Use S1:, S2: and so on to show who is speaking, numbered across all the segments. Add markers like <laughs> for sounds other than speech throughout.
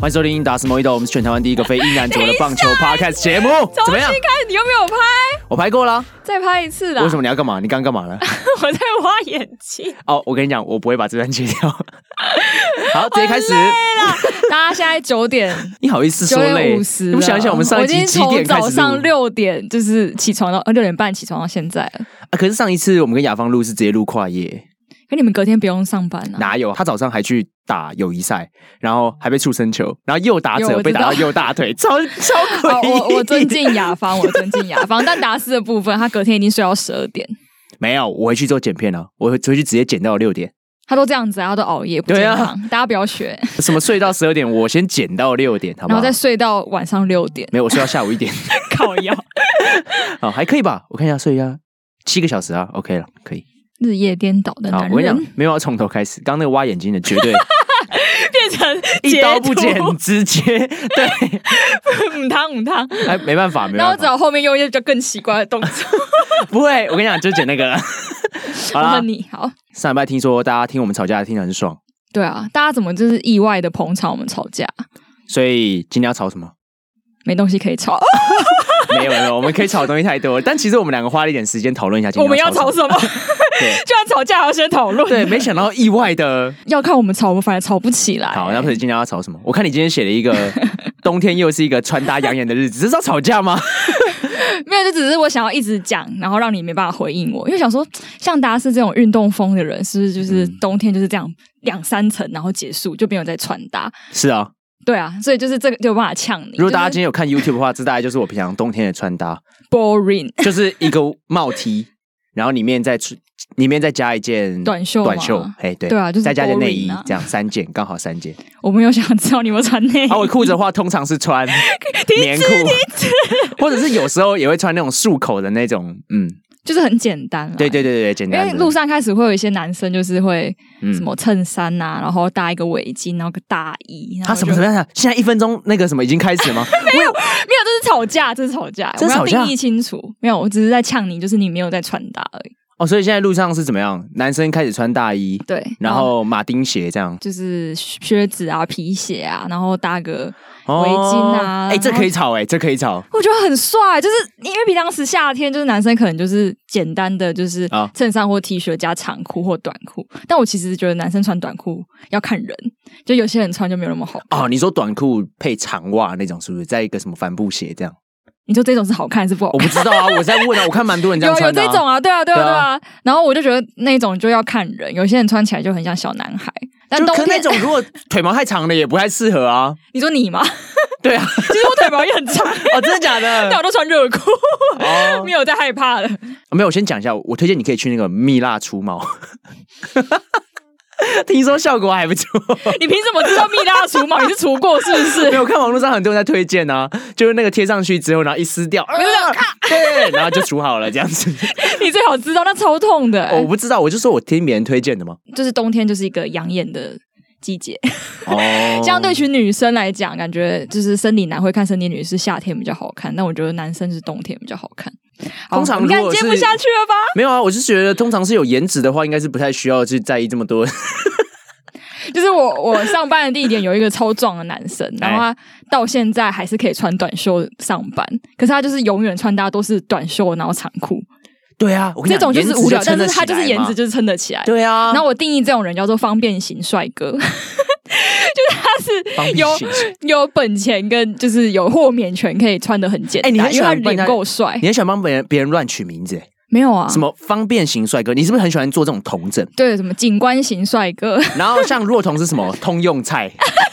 S1: 欢迎收听《达斯摩伊豆》，我们是全台湾第一个非英男左的棒
S2: <laughs>
S1: 球 podcast 节目。怎么样
S2: 从？哎新开始你又没有拍，
S1: 我拍过
S2: <laughs>
S1: 了啊，
S2: 再拍一次啦！
S1: 为什么你要干嘛？你刚干嘛了？
S2: <laughs> 我在挖眼睛？
S1: 哦，我跟你讲，我不会把这段切
S2: <laughs>
S1: 掉。好，直接开始。
S2: 哎大家现在
S1: <laughs>
S2: 九点
S1: 你好意思
S2: 九
S1: 说累？
S2: 点五
S1: 你
S2: 十，啊
S1: 们想一想，我们上一
S2: 已经
S1: 集几
S2: 从
S1: 点开
S2: 早
S1: 始
S2: 上
S1: 录？
S2: 六点就是起床到呃六点半起床到现在了。
S1: 啊可是上一次我们跟雅芳录是直接录跨夜，
S2: 可你们隔天不用上班啊？
S1: 哪有？他早上还去打友谊赛，然后还被触身球，然后右打
S2: <laughs> 有
S1: 者
S2: 我
S1: 被打
S2: 知
S1: 到
S2: 道
S1: 右大腿，超超
S2: 好，
S1: 诡
S2: <laughs>
S1: 异。
S2: 哦我我尊敬雅芳，我尊敬雅芳。但达斯的部分，他隔天已经睡到十二点，
S1: <laughs> 没有，我回去做剪片了，我回去直接剪到六点。
S2: 他都这样子啊，他都熬夜不
S1: 对
S2: 健
S1: 啊
S2: 康，大家不要学，
S1: 什么睡到十二点，我先剪到六点，好不
S2: 然
S1: 好
S2: 后？再睡到晚上六点，
S1: 没有，我睡到下午一
S2: <laughs>
S1: 点。
S2: 靠腰
S1: 好，还可以吧？我看一下，睡一下七个小时啊，OK 了，可以。
S2: 日夜颠倒的
S1: 好，
S2: 男
S1: 我跟你讲
S2: 人，
S1: 没有要从头开始，刚刚那个挖眼睛的绝对
S2: <laughs> 变成
S1: 一刀不
S2: 截
S1: 剪
S2: 图，
S1: 直接对，
S2: 母汤母汤。
S1: 哎，没办法，没
S2: 然后
S1: 办
S2: 只
S1: 法，
S2: 好后面用一些比较更奇怪的动作。
S1: <laughs> 不会，我跟你讲，就剪那
S2: <laughs>
S1: 个了。好
S2: 我
S1: 啦
S2: 问，你，好，
S1: 上礼拜听说大家听我们吵架听得很爽，
S2: 对啊，大家怎么就是意外的捧场我们吵架，
S1: 所以今天要吵什么？
S2: 没东西可以吵，
S1: 没有没有，我们可以吵的东西太多了，但其实我们两个花了一点时间讨论一下今天
S2: 我们要
S1: 吵
S2: 吵
S1: 什
S2: 什么？ <laughs>
S1: 么。对
S2: 居然吵架还要先讨论，
S1: 对，没想到意外
S2: <laughs>
S1: 的
S2: 要看我们吵，我们反而吵不起来。
S1: 好，那不是今天要吵什么？我看你今天写了一个
S2: <laughs>
S1: 冬天又是一个穿搭养眼的日子，这是要吵架
S2: <laughs>
S1: 吗？
S2: 没有，就只是我想要一直讲，然后让你没办法回应我，因为想说，像达斯这种运动风的人，是不是就是
S1: 嗯
S2: 冬天就是这样两三层，然后结束就没有再穿搭？
S1: 是啊，
S2: 对啊，所以就是这个就有办法呛你。
S1: 如果大家
S2: 就是
S1: 今天有看 YouTube 的话，这大概就是我平常冬天的穿搭， <laughs>
S2: boring
S1: 就是一个帽 T，然后里面再出里面再加一件
S2: 短袖吗
S1: 短袖，哎，对，
S2: 对啊就是
S1: 再加一件内衣
S2: boring 啊，
S1: 这样三件，刚好三件。
S2: 我没有想知道你们穿内衣
S1: 啊，我裤子的话，通常是
S2: <laughs>
S1: 穿棉裤， <laughs> 或者是有时候也会穿那种束口的那种，嗯，
S2: 就是很简单啦。啊
S1: 对对对对对，简
S2: 因
S1: 单
S2: 为
S1: 的。嗯啊
S2: 路上开始会有一些男生，就是会什么衬衫呐、然后搭一个围巾，然后个大衣。
S1: 啊他什么
S2: 然后
S1: 什
S2: 就
S1: 么样？现在一分钟那个什么已经开始了吗？ <laughs> 没有，
S2: 没有，这是吵架，这是吵架，
S1: 这是吵架
S2: 我们要定义清楚。没有，我只是在呛你，就是你没有在穿搭而已。
S1: 哦，所以现在路上是怎么样？男生开始穿大衣，
S2: 对，
S1: 然后马丁鞋这样，
S2: 就是靴子啊、皮鞋啊，然后搭个。
S1: 哦
S2: 围巾啊
S1: 哎，这
S2: 然后
S1: 可以吵哎，这可以吵。
S2: 我觉得很帅，就是因为平常时夏天，就是男生可能就是简单的就是
S1: 啊
S2: 衬衫或 T 恤加长裤或短裤，但我其实觉得男生穿短裤要看人，就有些人穿就没有那么好看。
S1: 哦，你说短裤配长袜那种是不是？在一个什么帆布鞋这样？
S2: 你说这种是好看还是不好看
S1: 我？不知道啊，我在问啊，我看蛮多人这样
S2: 有有
S1: 穿的、啊。
S2: 这种啊，对啊，对啊，
S1: 对
S2: 对
S1: 啊
S2: 啊。然后我就觉得那种就要看人，有些人穿起来就很像小男孩，但
S1: 就
S2: 啊冬
S1: 可能那
S2: 天，
S1: 种如果腿毛太长的也不太适合啊。
S2: <laughs> 你
S1: <laughs>
S2: 说你吗？其
S1: 对啊，
S2: 实我腿毛也
S1: <laughs>
S2: 很长，
S1: 哦，真的假
S2: <laughs> 但我
S1: 的？
S2: 都穿热裤，
S1: 哦，
S2: 没有在害怕的。
S1: 没有，我先讲一下，我推荐你可以去那个蜜蜡除毛， <laughs> 听说效果还不错。 <laughs>
S2: 你凭什么知道蜜蜡除毛？你是除过是不
S1: 没 <laughs>
S2: 是？
S1: 有我看网络上很多人在推荐啊，就是那个贴上去之后，然后一撕掉，啊
S2: 没有
S1: 对，然后就除好了这样子。
S2: 你最好知道，那超痛的、
S1: 哦我不知道，我就说我听别人推荐的嘛。
S2: 就是冬天就是一个养眼的季节，
S1: 哦，
S2: 这样对群女生来讲，感觉就是生理男会看生理女是夏天比较好看，但我觉得男生是冬天比较好看。好
S1: 通常
S2: 你看
S1: 如果
S2: 接
S1: 是
S2: 不下去了吧？
S1: 没有啊，我是觉得通常是有颜值的话，应该是不太需要去在意这么多。 <laughs>
S2: 就是我我上班的地点有一个超壮的男生，
S1: 哎
S2: 然后他到现在还是可以穿短袖上班，可是他就是永远穿搭都是短袖然后长裤，
S1: 对啊，我跟你
S2: 这
S1: 讲
S2: 种就是无聊，但是他就是颜。
S1: 颜值撑得起来
S2: 值
S1: 嘛
S2: 就是撑得
S1: 对
S2: 起来。
S1: 啊，
S2: 然后我定义这种人叫做方便型帅哥，就是他
S1: 方
S2: 是
S1: 便
S2: 有
S1: 型
S2: 有本钱跟就是有豁免权，可以穿的很简单，
S1: 哎你很喜
S2: 因为
S1: 欢
S2: 他
S1: 帮人家
S2: 脸够帅
S1: <laughs> 你。很喜欢帮别人别人乱取名字，
S2: 没有啊？
S1: 什么方便型帅哥，你是不是很喜欢做这种同整？
S2: 对什么景观型帅哥？
S1: <laughs> 然后像若彤是什么通用菜？ <laughs>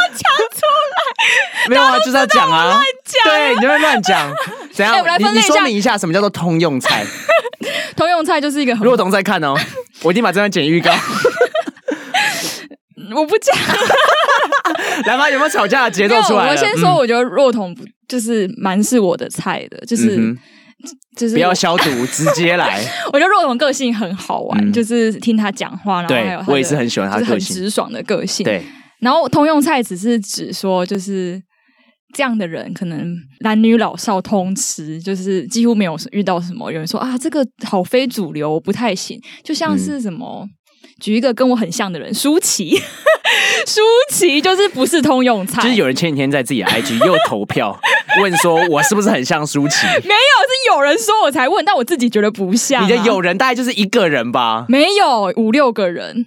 S1: 你不要讲出来，没有啊，就是要讲啊，乱
S2: 讲
S1: 对，你就会乱讲。怎样？
S2: <laughs> 哎我们来
S1: 你
S2: 分
S1: 你
S2: 类一下
S1: 说明一下什么叫做通用菜？ <laughs>
S2: 通用菜就是一个很
S1: 若彤在看哦，我已经把这段剪预告。 <laughs>
S2: 我不讲。
S1: 来吧，有没有吵架的节
S2: 没
S1: 奏
S2: 有，
S1: 出来了？
S2: 我先
S1: 嗯
S2: 说，我觉得若彤不就是蛮是我的菜的，就是、
S1: 嗯
S2: 就是
S1: 不要消毒，直接来。
S2: <laughs> 我觉得若彤个性很好玩，
S1: 嗯
S2: 就是听他讲话，然后还
S1: 对
S2: 有他，的
S1: 我也是很喜欢他
S2: 就
S1: 的
S2: 是很
S1: 个性。
S2: <laughs> 直爽的个性。
S1: 对，
S2: 然后通用菜只是指说，就是这样的人可能男女老少通吃，就是几乎没有遇到什么有人说啊，这个好非主流，不太行。就像
S1: 嗯
S2: 是什么，举一个跟我很像的人，舒淇， <laughs> 舒淇就是不是通用菜，
S1: 就是有人前几天在自己的 IG 又投票问说，我是不是很像舒淇？
S2: 没有是有人说我才问，但我自己觉得不像、啊。
S1: 你的友人大概就是一个人吧？
S2: 没有五六个人。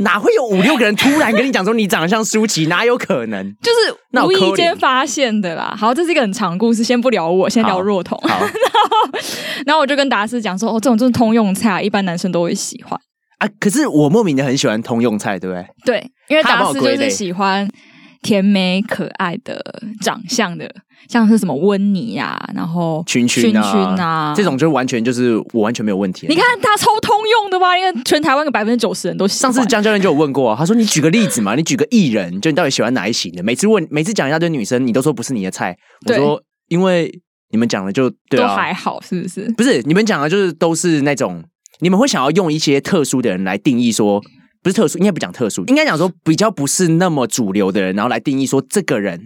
S1: 哪会有五六个人突然跟你讲说你长得像舒淇？哪有可能？
S2: 就是无意间发现的啦。好，这是一个很长故事，先不聊我，先聊若彤。 <laughs>
S1: 好，
S2: 然后我就跟达斯讲说，哦，这种就是通用菜，一般男生都会喜欢
S1: 啊。可是我莫名的很喜欢通用菜，对不对？
S2: 对，因为达斯就是喜欢甜美可爱的长相的，像是什么温妮呀、啊，然后
S1: 群群
S2: 啊，群群啊
S1: 这种就完全就是我完全没有问题。
S2: 你看他超通用的吧？因为全台湾有百分之九十人都喜
S1: 上
S2: 欢。
S1: 次江教练就有问过、啊，他说：“你举个例子嘛，你举个艺人，就你到底喜欢哪一型的？”每次问，每次讲一大堆女生，你都说不是你的菜。我
S2: 对
S1: 说：“因为你们讲的就对
S2: 都
S1: 啊，
S2: 还好，是不是？
S1: 不是你们讲的，就是都是那种你们会想要用一些特殊的人来定义说，不是特殊，应该不讲特殊，应该讲说比较不是那么主流的人，然后来定义说这个人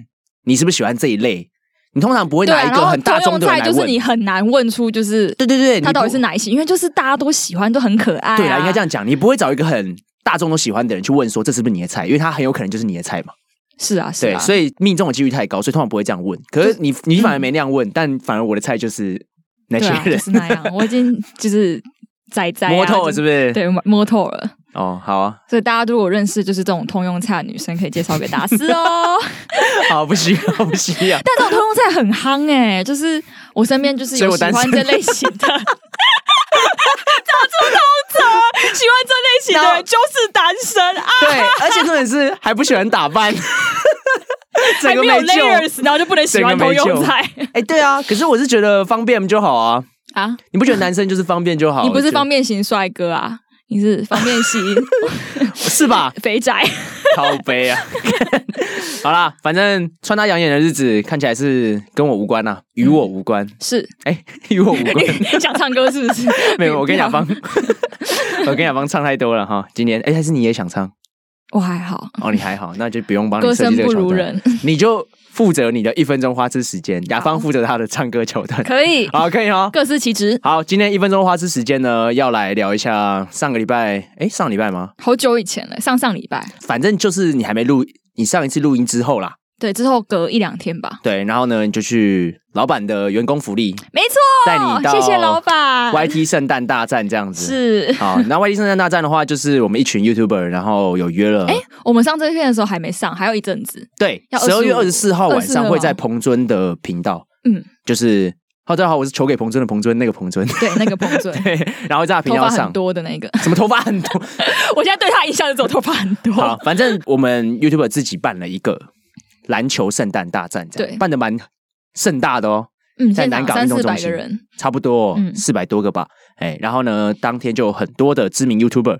S1: 你是不是喜欢这一类？你通常不会
S2: 对啊，
S1: 拿一
S2: 然
S1: 个
S2: 后
S1: 很大
S2: 通
S1: 众
S2: 用
S1: 的人
S2: 菜
S1: 来
S2: 就是
S1: 问。
S2: 你很难问出就是
S1: 对对对，
S2: 他
S1: 你
S2: 到底
S1: 不
S2: 是哪一型，因为就是大家都喜欢，都很可爱、啊。
S1: 对啦，应该这样讲，你不会找一个很大众都喜欢的人去问说这是不是你的菜，因为他很有可能就是你的菜嘛。
S2: 是啊，是
S1: 对，
S2: 啊，
S1: 所以命中的几率太高，所以通常不会这样问。可是你你反而没那样问，但反而我的菜就是那
S2: 对
S1: 些
S2: 啊，就
S1: 人，
S2: 是那样。我已经就是仔仔、啊、
S1: 摸透了是
S2: 不
S1: 不是？
S2: 对，摸透了。
S1: 哦，好啊，
S2: 所以大家如果认识就是这种通用菜的女生，可以介绍给达
S1: <laughs>
S2: 斯哦。
S1: 好，不需要，不需要。
S2: 但这种通用菜很夯哎、就是我身边就是
S1: 所以
S2: 有
S1: 我
S2: 喜
S1: 单身
S2: 欢这类型
S1: <laughs>
S2: 的。找出通则啊喜欢这类型的
S1: 然后
S2: 人就是单身啊，
S1: <laughs> 对，而且重点是还不喜欢打扮， <laughs> 整
S2: 还
S1: 个
S2: 没有
S1: 没救。
S2: layers，然后就不能喜欢
S1: 整个
S2: 通
S1: 没
S2: 用
S1: 救
S2: 菜 <laughs>
S1: 哎、对啊，可是我是觉得方便就好啊，
S2: 啊。
S1: 你不觉得男生就是方便就好？
S2: 你不是方
S1: 便
S2: 便型帅哥啊，你是方便
S1: <laughs>
S2: 型
S1: 是
S2: <laughs>
S1: 吧？
S2: 肥宅。
S1: 靠背啊！ <laughs> 好啦，反正穿搭养眼的日子看起来是跟我无关啊，与我无关。
S2: 是 <laughs>
S1: 哎、与我无关。？
S2: 你想唱歌是不是
S1: 没有，我跟
S2: 不要
S1: 雅芳，我跟雅芳唱太多了哈。今年哎、还是你也想唱
S2: 我还好，
S1: 哦？你还好，那就不用帮你
S2: 歌
S1: 设计
S2: 声
S1: 这个
S2: 不
S1: 桥
S2: 如
S1: 段，
S2: 人，
S1: 你就负责你的一分钟花痴时间，雅芳负责她的唱歌桥段。
S2: <laughs> 可以
S1: 好，可以哦。
S2: 各司其职。
S1: 好，今天一分钟花痴时间呢，要来聊一下上个礼拜，哎，上礼拜吗？
S2: 好久以前了，上上礼拜，
S1: 反正就是你还没录，你上一次录音之后啦，
S2: 对，之后隔一两天吧。
S1: 对，然后呢，你就去老板的员工福利
S2: 没错，
S1: 带你到
S2: 哦谢谢老板。
S1: YT 圣诞大战这样子。
S2: 是
S1: 好，那 YT 圣诞大战的话，就是我们一群 YouTuber，然后有约了，
S2: 我们上这片的时候还没上，还有一阵子。
S1: 对，
S2: 要
S1: 十二月二十
S2: 25
S1: 四号晚上
S2: 24
S1: 会在彭尊的频道，
S2: 嗯，
S1: 就是。好，大家好，我是求给彭尊的彭尊，那个彭尊，
S2: 对，那个彭
S1: <laughs>
S2: 尊
S1: 对，然后在他频
S2: 头
S1: 道
S2: 发很
S1: 上，
S2: 多的那个， <laughs>
S1: 什么头发很多，
S2: 我现在对他印象就只有头发很多。
S1: 好，反正我们 YouTube 自己办了一个篮球圣诞大战，这样
S2: 对
S1: 办的蛮盛大的哦，
S2: 嗯，
S1: 在
S2: 现
S1: 南
S2: 场
S1: 港
S2: 三
S1: 运动
S2: 四
S1: 中
S2: 百
S1: 心
S2: 个人，
S1: 差不多哦
S2: 嗯
S1: 四百、0多个吧。哎，然后呢，当天就有很多的知名 YouTuber，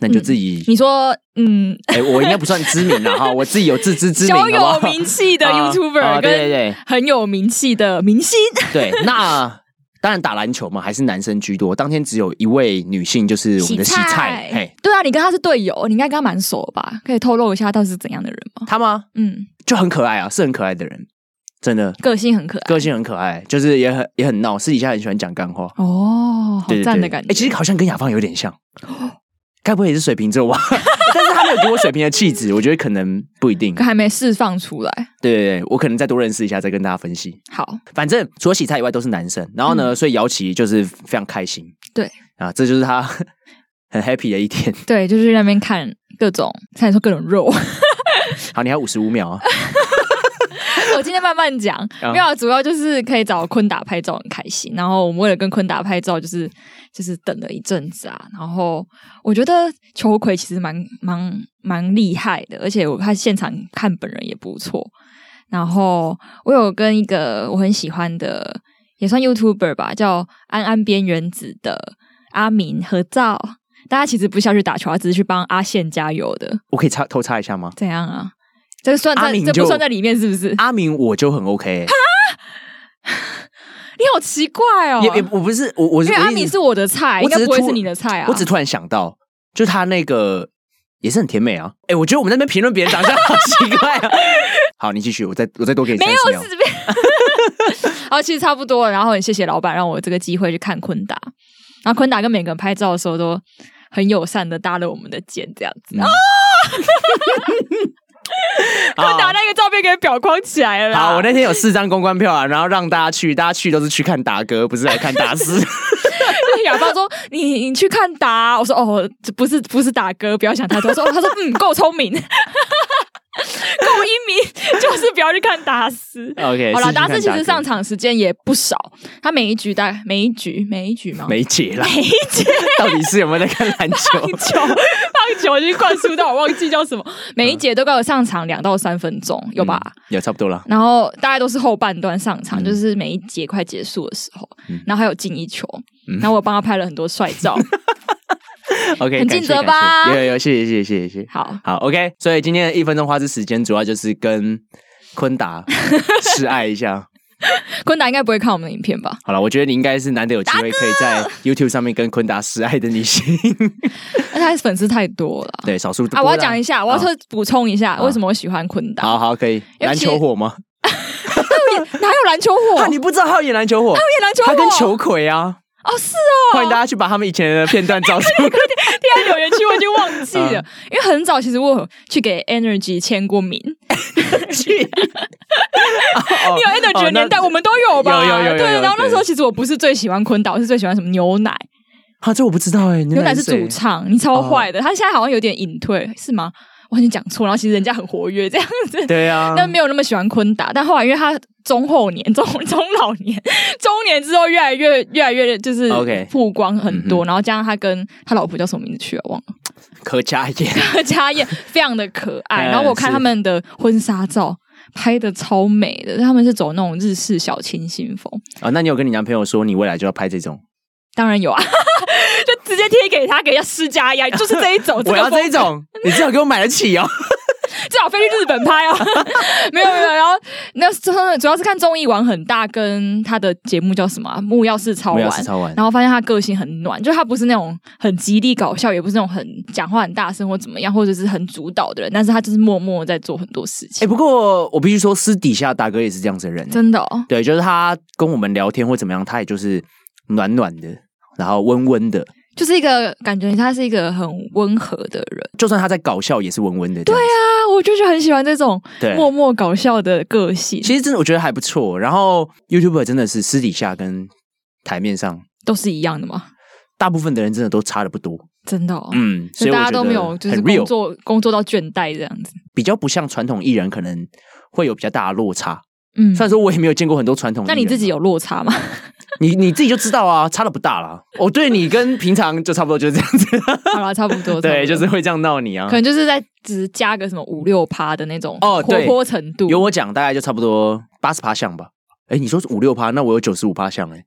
S1: 那你就自己，
S2: 你说，嗯，
S1: <laughs> 哎、我应该不算知名了哈，我自己有自知之明，
S2: 小
S1: 好不好
S2: 有？名气
S1: <laughs>
S2: 的
S1: 啊啊
S2: YouTuber
S1: 对对
S2: 跟
S1: 对
S2: 很有名气的
S1: <laughs>
S2: 明星，
S1: 对，那。当然打篮球嘛，还是男生居多。当天只有一位女性，就是我们的洗菜，哎，
S2: 对啊，你跟他是队友，你应该跟他蛮熟吧？可以透露一下到底是怎样的人吗？
S1: 她吗？
S2: 嗯，
S1: 就很可爱啊，是很可爱的人，真的。
S2: 个性很可爱
S1: 个性很可爱，就是也很也很闹，私底下很喜欢讲干话，
S2: 哦，好
S1: 对对
S2: 赞
S1: 对
S2: 的感觉。哦
S1: 哎、其实好像跟雅芳有点像，该不会也是水瓶
S2: <laughs>
S1: 座吧？但是他没有给我水瓶的气质，我觉得可能不一定。
S2: 可还没释放出来。
S1: 对对对，我可能再多认识一下，再跟大家分析。
S2: 好，
S1: 反正除了洗菜以外都是男生，然后呢，所以姚琦就是非常开心。
S2: 嗯对
S1: 啊，这就是他 <laughs> 很 happy 的一天。
S2: 对，就是在那边看各种，差点说各种肉。
S1: 好，你还有五十五秒啊。
S2: <laughs> 我今天慢慢讲，
S1: 啊
S2: 没有啊，主要就是可以找坤达拍照，很开心。然后我们为了跟坤达拍照，就是就是等了一阵子啊。然后我觉得球魁其实蛮蛮蛮厉害的，而且我看现场看本人也不错。然后我有跟一个我很喜欢的，也算 YouTuber 吧，叫安安边缘子的阿明合照。大家其实不是要去打球，他啊只是去帮阿宪加油的。
S1: 我可以插偷插一下
S2: <laughs>
S1: 吗？
S2: 怎样啊？这算
S1: 阿
S2: 在
S1: 明
S2: 这
S1: 就
S2: 不算在里面是不是？
S1: 阿明我就很 OK，、
S2: 你好奇怪哦，
S1: 也也我不是我我
S2: 因
S1: 是
S2: 为
S1: 我
S2: 阿
S1: 一
S2: 敏
S1: 直
S2: 是我的菜，
S1: 我
S2: 应
S1: 只
S2: 该
S1: 是
S2: 不会
S1: 突
S2: 是你的菜啊。
S1: 我只突然想到，就他那个也是很甜美啊。哎，我觉得我们在那边评论别人长相好奇怪啊。 <laughs> 好，你继续，我再我再多给你
S2: 没
S1: 三十秒
S2: 有。是边。 <laughs> 好，其实差不多了。然后很谢谢老板让我有这个机会去看昆达。然后昆达跟每个人拍照的时候都很友善的搭了我们的肩，这样子。
S1: 嗯
S2: 啊！ <laughs> 昆
S1: 好
S2: 达那个照片给裱框起来了啦。 <laughs>
S1: 好，我那天有四张公关票啊，然后让大家去，大家去都是去看达哥，不是来看达
S2: <laughs>
S1: 斯。
S2: 哑巴说：“你你去看达啊、我说：“哦，这不是不是打哥，不要想太多。”说：“他说嗯，够聪明，够 <laughs> 英明， <laughs> 就是不要去看达斯。”
S1: OK，
S2: 好了，
S1: 是去
S2: 达
S1: 看
S2: 斯其实
S1: 哥
S2: 上场时间也不少，他每一局大每一局每一局嘛，
S1: 没解啦，
S2: <laughs> 每一局
S1: 到底是有没有在看篮
S2: <laughs>
S1: 球？
S2: 球棒球已经灌输到我忘记叫
S1: <laughs>
S2: 什么，每一节都该有上场两到三分钟，有吧？
S1: 嗯？有差不多了。
S2: 然后大概都是后半段上场，
S1: 嗯
S2: 就是每一节快结束的时候，
S1: 嗯
S2: 然后还有进一球，
S1: 嗯
S2: 然后我帮他拍了很多帅
S1: <laughs>
S2: 照。
S1: OK，
S2: 很
S1: 感谢
S2: 尽责
S1: 感谢
S2: 吧
S1: 有有有，谢谢谢谢谢谢。
S2: 好，
S1: 好，OK，所以今天的一分钟花枝时间主要就是跟昆达示爱一
S2: <laughs>
S1: 下。
S2: 昆达应该不会看我们的影片吧？
S1: 好了，我觉得你应该是难得有机会可以在 YouTube 上面跟昆达示爱的女
S2: <laughs>
S1: 星，
S2: 而且他粉丝太多了。
S1: 对，少数的
S2: 啊，我
S1: 波
S2: 要
S1: 浪
S2: 讲一下，我要
S1: 好
S2: 特补充一下，
S1: 好
S2: 为什么我喜欢昆达？
S1: 好好可以，
S2: 因为
S1: 篮
S2: 其实
S1: 球火吗？
S2: 哪有篮球火？
S1: 啊，
S2: 你
S1: 你不知道他有演篮球火，
S2: 演篮球
S1: 他
S2: 火？
S1: 跟球魁啊，
S2: 哦，是哦，
S1: 欢迎大家去把他们以前的片段找出来。
S2: 贴在留言区，我已经忘记了
S1: 嗯，
S2: 因为很早其实我有去给 Energy 签过名， <laughs> 你
S1: 去。哦
S2: 有 Energy
S1: 哦
S2: 的
S1: 那
S2: 年代我们都有吧？
S1: 有有有有
S2: 对，
S1: 有
S2: 然后那
S1: 对
S2: 时候其实我不是最喜欢昆达，我是最喜欢什么牛奶，
S1: 啊，这我不知道哎，
S2: 牛奶是
S1: 谁
S2: 主唱，你
S1: 哦
S2: 超坏的，他现在好像有点隐退，是吗？我好像讲错，然后其实人家很活跃这样子，
S1: 对啊，
S2: 但没有那么喜欢昆达，但后来因为他中后年、中 <laughs> 中老年、中年之后，越来越越来越就是
S1: OK
S2: 曝光很
S1: 嗯
S2: 多然后加上他跟他老婆叫什么名字去了忘了，
S1: 柯佳嬿，
S2: 家燕非常的可爱。
S1: 嗯
S2: 然后我看
S1: 是
S2: 他们的婚纱照拍的超美的，他们是走那种日式小清新风，
S1: 啊，那你有跟你男朋友说你未来就要拍这种？
S2: 当然有啊， <laughs> 就直接贴给他，给他施加压力，就是这一种，
S1: <laughs> 我要
S2: 风
S1: 这一种，你至少给我买得起
S2: <laughs>
S1: 哦。
S2: 最好飞去日本拍哦。 <laughs> 没有没有，然后那真的主要是看综艺玩很大，跟他的节目叫什么啊、木曜是超
S1: 我要
S2: 玩。
S1: 是超完，
S2: 然后发现他个性很暖，就他不是那种很极力搞笑，也不是那种很讲话很大声或怎么样，或者是很主导的人，但是他就是默默在做很多事
S1: 哎，
S2: 情，
S1: 不过我必须说，私底下大哥也是这样子的人，
S2: 真的、哦。
S1: 对，就是他跟我们聊天或怎么样，他也就是暖暖的，然后温温的，
S2: 就是一个感觉，他是一个很温和的人
S1: 就算他在搞笑也是温温的。对啊，
S2: 啊，我就是很喜欢这种
S1: 对，
S2: 默默搞笑的个性，
S1: 其实真的我觉得还不错。然后 YouTuber 真的是私底下跟台面上，
S2: 都是一样的嘛，
S1: 大部分的人真的都差的不多。
S2: 真的、哦，
S1: 嗯，所
S2: 所
S1: 以
S2: 以
S1: 我
S2: 大家
S1: 觉
S2: 都
S1: 得
S2: 没有就是
S1: 很
S2: 工
S1: real，
S2: 作工作到倦怠这样子，
S1: 比较不像传统艺人可能会有比较大的落差。
S2: 嗯
S1: 虽，然说我也没有见过很多传统艺
S2: 那
S1: 人，啊
S2: 你自己有落
S1: <laughs>
S2: 差吗？
S1: 你你自己就知道啊，差的不大啦。我对你跟平常就差不多就是这样子， <laughs>
S2: 好了，差不多，
S1: 对，
S2: 差
S1: 就
S2: 不
S1: 是
S2: 多
S1: 会这样闹你啊
S2: 可。能就是在只加个什么五六趴的那种
S1: 哦
S2: 活
S1: 对
S2: 泼程度，
S1: 有我讲，大概就差不多八十趴像吧。哎，你说是五六趴，那我有九十五趴像哎、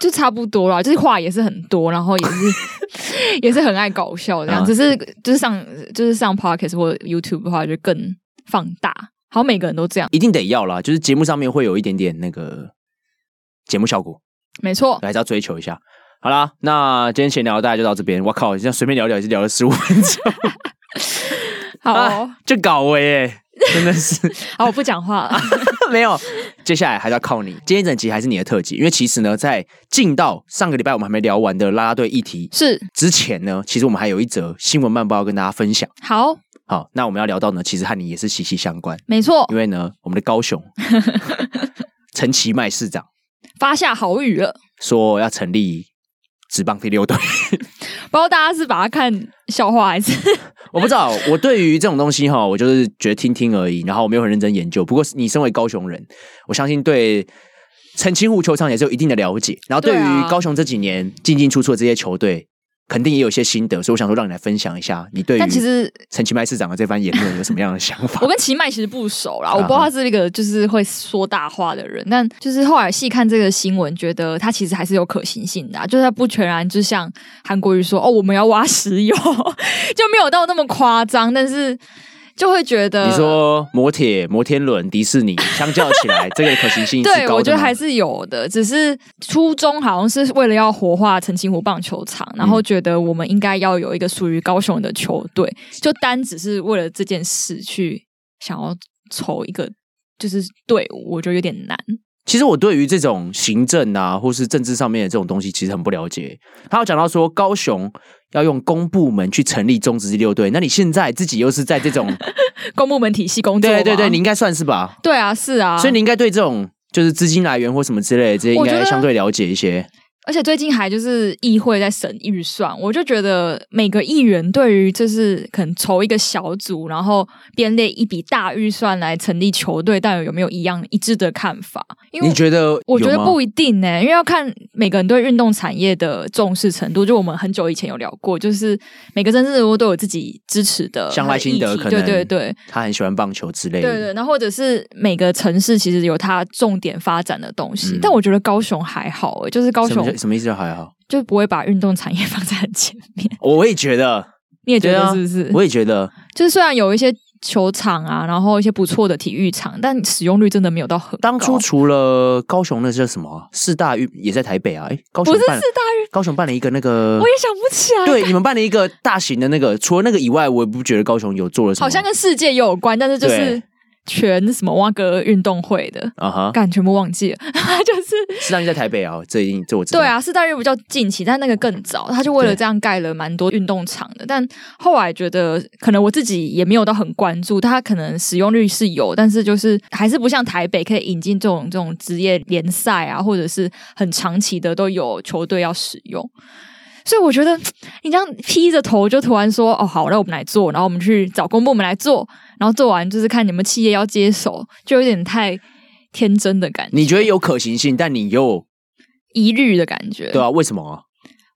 S2: 就差不多啦，就是话也是很多，然后也是 <laughs> 也是很爱搞笑这样，
S1: 啊
S2: 只是就是上就是上 podcast 或者 YouTube 的话就更放大，好像每个人都这样，
S1: 一定得要啦，就是节目上面会有一点点那个节目效果，
S2: 没错，
S1: 还是要追求一下。好啦，那今天闲聊大概就到这边。我靠，这样随便聊聊也是聊了十五分钟， <laughs>
S2: 好、哦
S1: 啊，就搞我耶，真的是。 <laughs>
S2: 好，我不讲话
S1: 啊
S2: 了，
S1: 没有，接下来还是要靠你。今天一整集还是你的特辑，因为其实呢，在进到上个礼拜我们还没聊完的啦啦队议题
S2: <laughs> 是
S1: 之前呢，其实我们还有一则新闻慢报要跟大家分享。
S2: 好，
S1: 好，那我们要聊到呢，其实和你也是息息相关，
S2: 没错
S1: 因，为呢，我们的高
S2: <laughs>
S1: 雄陈其迈市长
S2: 发下好语了，
S1: 说要成立职棒第六队。 <laughs>
S2: 不知道大家是把它看笑话还是
S1: 我不知道，我对于这种东西哈，我就是觉得听听而已，然后我没有很认真研究。不过你身为高雄人，我相信对澄清湖球场也是有一定的了解。然后对
S2: 对啊
S1: 于高雄这几年进进出出的这些球队，肯定也有一些心得，所以我想说让你来分享一下你对于
S2: 但其实
S1: 陈其迈市长的这番言论有什么样的想法
S2: 我？跟奇迈其实不熟
S1: 啊
S2: 啦，我不知道他是一个就是会说大话的人，但就是后来细看这个新闻，觉得他其实还是有可行性的、啊，就是他不全然就像 <laughs> 韩国瑜说哦，我们要挖石油，就没有到那么夸张，但是。就会觉得
S1: 你
S2: 呃
S1: 说摩铁、摩天轮、迪士尼，相较起
S2: <laughs>
S1: 来，这个可行性是高的
S2: 对，
S1: 吗
S2: 我觉得还是有的，只是初衷好像是为了要活化澄清湖棒球场，然
S1: 嗯
S2: 后觉得我们应该要有一个属于高雄的球队，就单只是为了这件事去想要筹一个就是队伍，我觉得有点难。
S1: 其实我对于这种行政啊，或是政治上面的这种东西，其实很不了解。他有讲到说，高雄要用公部门去成立中职六队，那你现在自己又是在这种，
S2: 公部门体系工作嘛，
S1: 对对对，你应该算是吧？
S2: 对啊，是啊，
S1: 所以你应该对这种就是资金来源或什么之类的，这些应
S2: 我觉得
S1: 该相对了解一些。
S2: 而且最近还就是议会在审预算，我就觉得每个议员对于就是可能筹一个小组，然后编列一笔大预算来成立球队，但有没有一样一致的看法？因为
S1: 你觉得？
S2: 我觉得不，一定呢、因为要看每个人对运动产业的重视程度。就我们很久以前有聊过，就是每个政治人物都有自己支持的
S1: 像赖清德
S2: 议题
S1: 可
S2: 对
S1: 能
S2: 对对，
S1: 他很喜欢棒球之类的。
S2: 对对，然后或者是每个城市其实有它重点发展的东西，
S1: 嗯
S2: 但我觉得高雄还好、欸，就是高
S1: 什么
S2: 雄
S1: 叫什么意思就还好，
S2: 就不会把运动产业 <laughs> 放在很前面。
S1: 我也觉得，
S2: 你也觉
S1: 对
S2: 得
S1: 啊
S2: 是不是？
S1: 我也觉得，
S2: 就是虽然有一些球场啊，然后一些不错的体育场，但使用率真的没有到很高。
S1: 当初除了高雄那叫什么啊四大运也在台北啊，哎，高雄
S2: 不是
S1: 办了
S2: 四大运
S1: 高雄办了一个那个，
S2: 我也想不起来，
S1: 对你们办了一个大型的那个，除了那个以外，我也不觉得高雄有做了什么，
S2: 好像跟世界也有关，但是就是
S1: 对
S2: 全什么挖格运动会的。
S1: 啊哈，
S2: 感全部忘记了，就是
S1: 四大运在台北啊，这一定这我知道，
S2: <laughs> 对，啊，四大运比较近期，但那个更早，他就为了
S1: 对
S2: 这样盖了蛮多运动场的。但后来觉得，可能我自己也没有到很关注，但它可能使用率是有，但是就是还是不像台北可以引进这种这种职业联赛啊，或者是很长期的都有球队要使用。所以我觉得嗯你这样披着头就突然说哦好，那我们来做，然后我们去找公部门来做，然后做完就是看你们企业要接手，就有点太天真的感觉，
S1: 你觉得有可行性，但你又
S2: 疑虑的感觉，
S1: 对啊，为什么啊？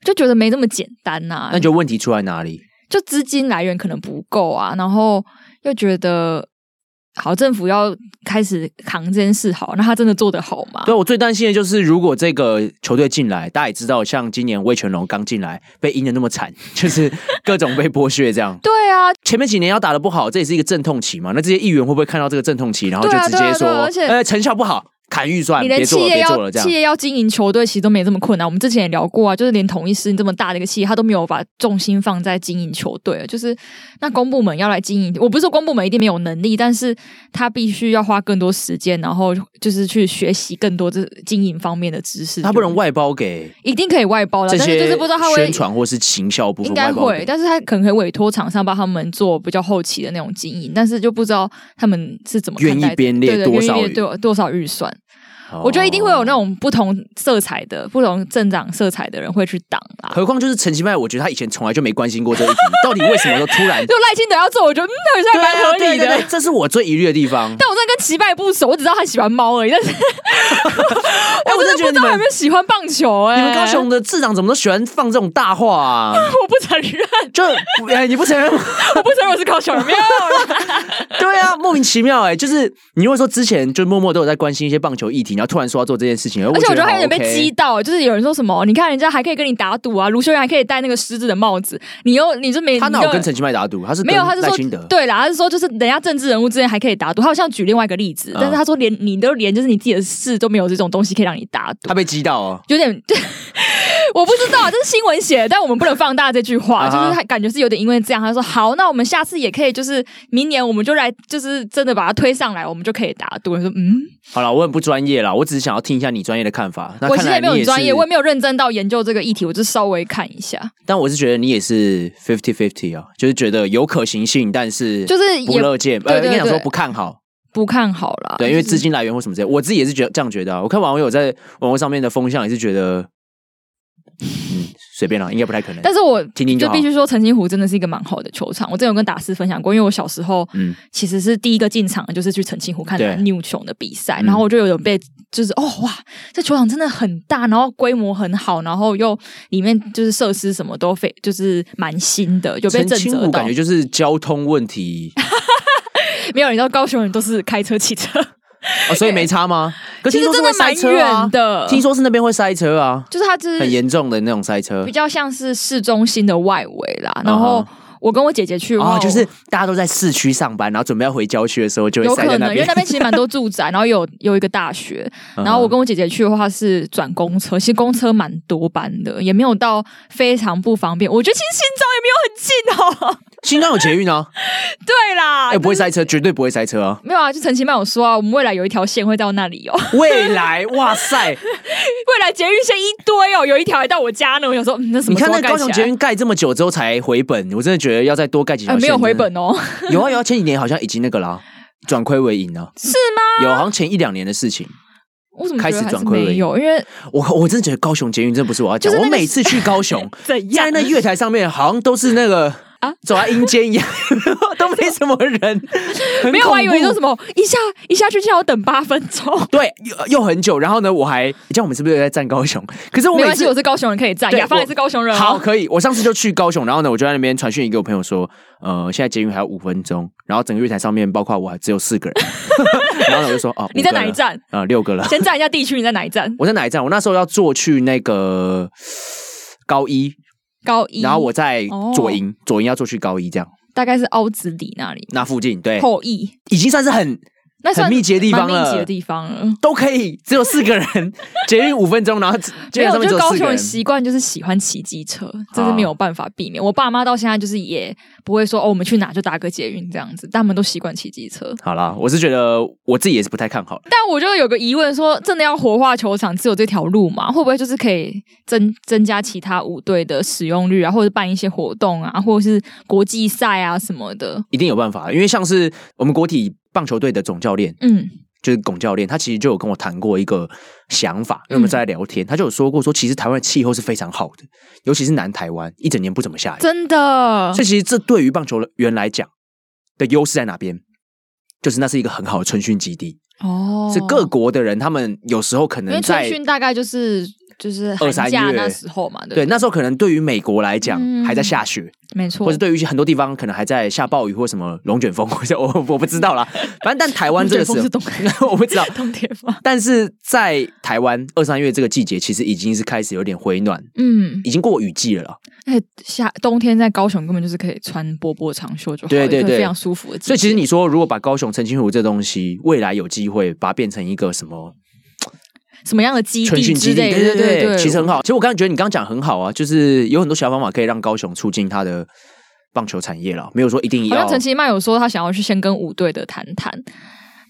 S2: 就觉得没那么简单呐、
S1: 那你觉得问题出在哪里？
S2: 就资金来源可能不够啊，然后又觉得好政府要开始扛这件事好，那他真的做得好吗？
S1: 对我最担心的就是，如果这个球队进来，大家也知道，像今年魏全龙刚进来，被阴的那么惨，就是各种被剥削这样。
S2: <laughs> 对啊，
S1: 前面几年要打的不好，这也是一个阵痛期嘛。那这些议员会不会看到这个阵痛期，然后就
S2: 对啊
S1: 直
S2: 对
S1: 接
S2: 啊
S1: 说，
S2: 对啊而且
S1: 呃，成效不好，砍预算，
S2: 你连
S1: 别
S2: 企
S1: 做了，
S2: 业
S1: 别做
S2: 要
S1: 了，这
S2: 企
S1: 样。
S2: 业要经营球队，其实都没这么困难。我们之前也聊过啊，就是连同一师这么大的一个企业，他都没有把重心放在经营球队，就是那公部门要来经营，我不是说公部门一定没有能力，但是他必须要花更多时间，然后就是去学习更多这经营方面的知识。
S1: 他不能外包给
S2: 一定可以外包了，
S1: 这
S2: 啊但是就
S1: 些
S2: 是不知道他会
S1: 宣传或是行销部
S2: 应
S1: 分
S2: 该
S1: 外包
S2: 会，
S1: 给。
S2: 但是他可能可以委托厂商帮他们做比较后期的那种经营，但是就不知道他们是怎么看
S1: 愿意
S2: 待
S1: 编列
S2: 对对
S1: 多
S2: 愿意
S1: 少
S2: 列
S1: 预
S2: 多多少预算。
S1: 哦
S2: 我觉得一定会有那。种不同色彩的、不同政党色彩的人会去挡啦。
S1: 何况就是陈其迈，我觉得他以前从来就没关心过这一题，到底为什么都突然？
S2: 就赖清德要做，我觉得嗯，好像 <laughs> 还蛮合
S1: 对啊
S2: 理的。
S1: 对对，这是我最疑虑的地方。
S2: 但我真的跟齐拜不熟，我只知道他喜欢猫而已。 <laughs> 但是
S1: 哎，我真的觉得
S2: 不知
S1: 你
S2: <laughs> 道有
S1: 们
S2: 没有喜欢棒球、哎，
S1: 你们高雄的市长怎么都喜欢放这种大话啊？<laughs>
S2: <laughs> 我不承认，
S1: 就哎，你不承认吗？
S2: 我不承认我是高雄人，没有啦。
S1: <laughs> 对啊，莫名其妙哎、就是你会说之前就默默都有在关心一些棒球议题，然后突然说要做这件事情，而
S2: 而且我觉得
S1: 还
S2: 他有点被激到，就是有人说什么，你看人家还可以跟你打赌啊，卢修元还可以戴那个狮子的帽子，你又你就没
S1: 他
S2: 你
S1: 哪有
S2: 就
S1: 跟陈其迈打赌？他是
S2: 没有，
S1: 跟
S2: 他是
S1: 赖
S2: 说
S1: 清德。
S2: 对啦，他是说就是人家政治人物之间还可以打赌，他好像举另外一个例子，
S1: 嗯
S2: 但是他说连你都连就是你自己的事都没有这种东西可以让你打赌，
S1: 他被激到哦，
S2: 有点
S1: <laughs>
S2: 我不知道这是新闻写的，但我们不能放大这句话，
S1: 啊
S2: 就
S1: 哈
S2: 是他感觉是有点因为这样，他说好，那我们下次也可以就是明年我们就来就是真的把它推上来，我们就可以打赌，我说嗯。
S1: 好了，我很不专业啦，我只是想要听一下你专业的看法。那
S2: 我
S1: 看
S2: 其实
S1: 来
S2: 也没有
S1: 你
S2: 很
S1: 也
S2: 专业，
S1: 是
S2: 我也没有认真到研究这个议题，我就稍微看一下，
S1: 但我是觉得你也是 fifty fifty 啊，就是觉得有可行性，但是
S2: 就是
S1: 不
S2: 也
S1: 乐见，
S2: 对
S1: 呃，
S2: 对
S1: 应该讲
S2: 对
S1: 说不看好。
S2: 不看好啦。
S1: 对，因为
S2: 啊就是
S1: 资金来源或什么之类，我自己也是觉得这样觉得、啊。我看网友在网络上面的风向也是觉得，嗯，随
S2: <laughs>
S1: 便啦，应该不太可能。
S2: 但是我
S1: 听听就
S2: 就
S1: 好
S2: 必须说，澄清湖真的是一个蛮好的球场。我之前有跟达斯分享过，因为我小时候
S1: 嗯，
S2: 其实是第一个进场的，就是去澄清湖看
S1: 对
S2: 南纽琼的比赛，
S1: 嗯
S2: 然后我就有点被就是哦哇，这球场真的很大，然后规模很好，然后又里面就是设施什么都非就是蛮新的，有被
S1: 澄
S2: 震
S1: 清
S2: 慑
S1: 湖
S2: 到
S1: 感觉。就是交通问题
S2: 没有，你知道高雄人都是开车骑车， <laughs>
S1: 哦，所以没差吗？可
S2: 其
S1: 听
S2: 实
S1: 说是
S2: 真
S1: 会
S2: 的
S1: 塞
S2: 蛮
S1: 车啊
S2: 远，的。
S1: 听说是那边会塞车啊，
S2: 就是它就是
S1: 很严重的那种塞车
S2: 比。较像是市中心的外围啦。然后我跟我姐姐去，哇
S1: 嗯哦，就是大家都在市区上班，然后准备要回郊区的时候，就会
S2: 有
S1: 塞在
S2: 可能，因为
S1: 边
S2: 那。边其实蛮多住宅，然后有有一个大学，
S1: 嗯
S2: 然后我跟我姐姐去的话是转公车，其实公车蛮多班的，也没有到非常不方便。我觉得其实新庄也没有很近哦。
S1: <laughs>
S2: <laughs>
S1: 新庄有捷运哦，
S2: 对啦，
S1: 哎，不会塞车，绝对不会塞车
S2: <laughs>
S1: 哦。
S2: 没有啊，就陈其迈有说啊，我们未来有一条线会到那里哦， <laughs>
S1: 未来，哇塞，
S2: 未来捷运线一堆哦，有一条还到我家呢。我想说，嗯，那什
S1: 你
S2: 么时
S1: 看
S2: 候
S1: 那
S2: 盖
S1: 高
S2: 起
S1: 雄
S2: 来？
S1: 捷运盖这么久之后才回本，我真的觉得要再多盖几条
S2: 呃
S1: 线。
S2: 没有回本哦，
S1: 真
S2: <laughs>
S1: 的，有啊有啊，前几年好像已经那个啦，转亏为盈了，
S2: 是吗？
S1: 有好像前一两年的事情。
S2: 我怎么
S1: 开
S2: 觉
S1: 始
S2: 得还是
S1: 转亏为盈
S2: 没有？因为
S1: 我我真的觉得高雄捷运真的不是我要讲，
S2: 就是那
S1: 我
S2: 个
S1: 每次去高雄，
S2: <laughs> 怎
S1: 在
S2: 样
S1: 那月台上面好像都是那个啊
S2: 啊，
S1: 走在阴间一样， <laughs> 都没什么人，很
S2: <laughs> 没有
S1: 恐
S2: 啊？以为
S1: 怖
S2: 说什么一下一下去就要等八分钟。
S1: 对，又又很久，然后呢，我还你知道我们是不是在站高雄？可是我
S2: <laughs> 没
S1: 每
S2: 关系，
S1: 次
S2: 我是高雄人，可以站。
S1: 对
S2: 雅芳
S1: 我
S2: 也是高雄人、哦，
S1: 好可以，我上次就去高雄，然后呢，我就在那边传讯一给我朋友说，呃，现在捷运还有五分钟，然后整个月台上面包括我还只有四个 <laughs> 人，然后呢我就说哦，
S2: 你在哪一站？
S1: 啊、呃六个了。
S2: 先站一下地区，你在哪一站？
S1: 我在哪一站？我那时候要坐去那个高一，
S2: 高一，
S1: 然后我在
S2: 哦
S1: 左营，左营要坐去高一这样，
S2: 大概是凹子里那里，
S1: 那附近对，
S2: 后裔，
S1: 已经算是很
S2: 那算
S1: 很密集的地方
S2: 蛮密集
S1: 了
S2: 的，地方了。
S1: 都可以只有四个 <laughs> 人，捷运五分钟，然后捷运
S2: 没有，
S1: 上
S2: 我
S1: 面
S2: 觉
S1: 只
S2: 得
S1: 有
S2: 高
S1: 四
S2: 雄
S1: 个
S2: 人
S1: 人。
S2: 习惯就是喜欢骑机车，这是没有办法避免。我爸妈到现在就是也不会说哦，我们去哪就搭个捷运这样子，他们都习惯骑机车。
S1: 好啦，我是觉得我自己也是不太看好的。
S2: 但我就有个疑问说真的要活化球场只有这条路吗？会不会就是可以增增加其他舞队的使用率啊，或者办一些活动啊，或者是国际赛啊什么的？
S1: 一定有办法，因为像是我们国体棒球队的总教练，
S2: 嗯，
S1: 就是龚教练，他其实就有跟我谈过一个想法，
S2: 嗯
S1: 因为我们在聊天，他就有说过说，其实台湾的气候是非常好的，尤其是南台湾，一整年不怎么下雨，
S2: 真的
S1: 所以其实这对于棒球员来讲的优势在哪边？就是那是一个很好的春训基地，
S2: 哦
S1: 是各国的人他们有时候可
S2: 因为
S1: 能
S2: 春
S1: 在
S2: 训大概就是就是
S1: 二三
S2: 寒假
S1: 月
S2: 那时候嘛，对不
S1: 对那时候可能对于美国来讲
S2: 嗯
S1: 还在下雪，
S2: 没错，
S1: 或者对于一些很多地方可能还在下暴雨或什么龙卷风， <laughs> 或者我我不知道啦，反正但台湾这个时
S2: 龙卷
S1: 候
S2: 风是
S1: <laughs> 我不知道，
S2: <laughs> 冬天吗？
S1: 但是在台湾二三月这个季节，其实已经是开始有点回暖，
S2: 嗯，
S1: 已经过雨季了啦。
S2: 哎，夏冬天在高雄根本就是可以穿波波长袖就好
S1: 对
S2: 了，
S1: 对
S2: 一个
S1: 对
S2: 非常舒服的季节。
S1: 所以其实你说，如果把高雄澄清湖这东西，未来有机会把它变成一个什么
S2: 什么样的基
S1: 春
S2: 地
S1: 训
S2: 之
S1: 基地，
S2: 类的，对
S1: 对
S2: 对，
S1: 其实很好。其实我刚才觉得你刚刚讲很好啊，就是有很多小方法可以让高雄促进它的棒球产业了，没有说一定
S2: 好
S1: 要
S2: 像陈其迈有说他想要去先跟五队的谈谈，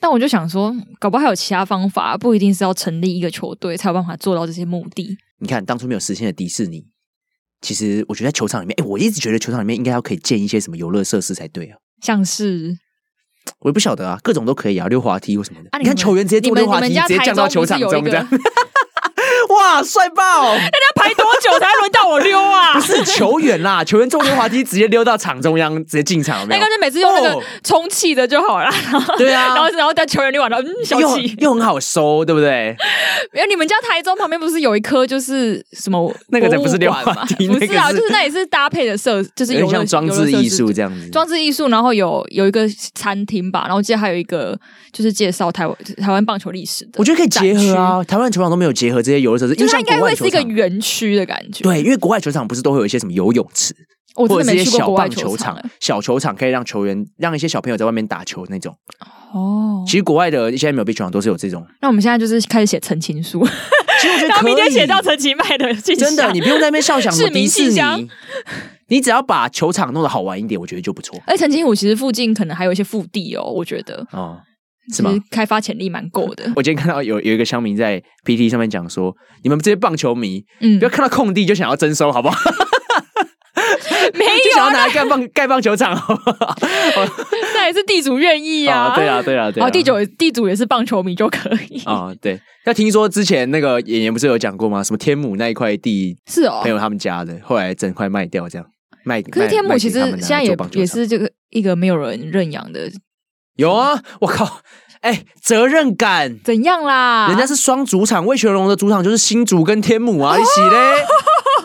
S2: 但我就想说，搞不好还有其他方法，不一定是要成立一个球队才有办法做到这些目的。
S1: 你看当初没有实现的迪士尼，其实我觉得在球场里面，哎、我一直觉得球场里面应该要可以建一些什么游乐设施才对啊。
S2: 像是
S1: 我也不晓得啊，各种都可以啊，溜滑梯或什么的。
S2: 啊
S1: 你看
S2: 你们
S1: 球员直接
S2: 你
S1: 坐
S2: 们
S1: 溜
S2: 你
S1: 滑
S2: 们
S1: 梯，
S2: 家
S1: 直接
S2: 台
S1: 降
S2: 中
S1: 到球
S2: 不
S1: 场
S2: 是有
S1: 中
S2: 一
S1: 这
S2: 个，哎
S1: 样，
S2: 要
S1: <laughs> 哇，帅爆！
S2: 排多久才轮到我溜啊 <laughs>
S1: 不？是球员啦，球员坐溜滑梯直接溜到场中央，直接进场，有没
S2: 那
S1: 有
S2: 个？就每次用那
S1: 哦
S2: 个充气的就好了，然后
S1: 对啊
S2: <laughs> 然后然后在球员溜完了， <laughs> 嗯，小
S1: 又
S2: 气。
S1: 又很好收，对不对？
S2: 因为你们家台中旁边不是有一颗就是什么
S1: 那个才不是
S2: 博物馆
S1: 溜滑梯
S2: 吗不是啊，
S1: 那个是
S2: 就是 <laughs> 那也是搭配的设，就是
S1: 有
S2: 游
S1: 点
S2: 乐
S1: 像装置艺术这
S2: 样。
S1: 样子。
S2: 装置艺术，然后有有一个餐厅吧，然后我记得还有一个就是介绍台湾台湾棒球历史的，
S1: 我觉得可以结合，啊，台湾球场都没有结合这些游乐设施，因
S2: 就
S1: 为
S2: 是
S1: 像
S2: 它应该
S1: 国外
S2: 会是
S1: 球
S2: 一个
S1: 场。
S2: 园区的感觉。，
S1: 对，因为国外球场不是都会有一些什么游泳池，
S2: 我真
S1: 或者
S2: 的
S1: 是一
S2: 没
S1: 些
S2: 去过
S1: 小
S2: 国外
S1: 棒
S2: 球
S1: 球
S2: 场
S1: 场
S2: 欸、
S1: 小球场可以让球员、让一些小朋友在外面打球那种。
S2: 哦。
S1: 其实国外的一些 MLB 球场都是有这种。
S2: 那我们现在就是开始写澄清
S1: <laughs>
S2: 书，
S1: 其实我觉得
S2: <laughs> 然后
S1: 可以
S2: 明天写到陈其迈的信
S1: 真的，
S2: 箱
S1: 你不用在那边笑想什么
S2: 市民
S1: 迪士
S2: 信箱
S1: 尼，你只要把球场弄得好玩一点，我觉得就不错
S2: <laughs> 而且澄清湖其实附近可能还有一些腹地哦，我觉得
S1: 哦，是吗
S2: 其？实开发潜力蛮够
S1: <laughs>
S2: 的。
S1: 我今天看到有有一个乡民在 PT 上面讲说，你们这些棒球迷，
S2: 嗯
S1: 不要，看到空地就想要征收，好不好？
S2: 没
S1: <laughs> 就
S2: 有
S1: 想要
S2: 啊，
S1: 拿来盖棒盖棒球场，好不好？
S2: 那也是地主愿意
S1: 啊，
S2: 啊。
S1: 对啊，对啊，对啊。
S2: 哦，地主地主也是棒球迷就可以，
S1: 啊，对。那听说之前那个演员不是有讲过吗？什么天母那一块地，
S2: 是哦
S1: 朋。友他们家的，后来整块卖掉，这样卖。
S2: 可是
S1: 卖
S2: 天母
S1: 卖
S2: 其
S1: 给
S2: 实
S1: 他们拿
S2: 现
S1: 来
S2: 在也
S1: 做棒球
S2: 也
S1: 场
S2: 是这个一个没有人认养的，
S1: 有啊，我靠，哎，责任感。
S2: 怎样啦？
S1: 人家是双主场，魏全龙的主场就是新竹跟天母
S2: <laughs>
S1: 啊，一起嘞，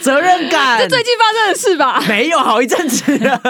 S1: 责任感
S2: 这最近发生的
S1: <laughs>
S2: 事吧？
S1: 没有好一阵子了，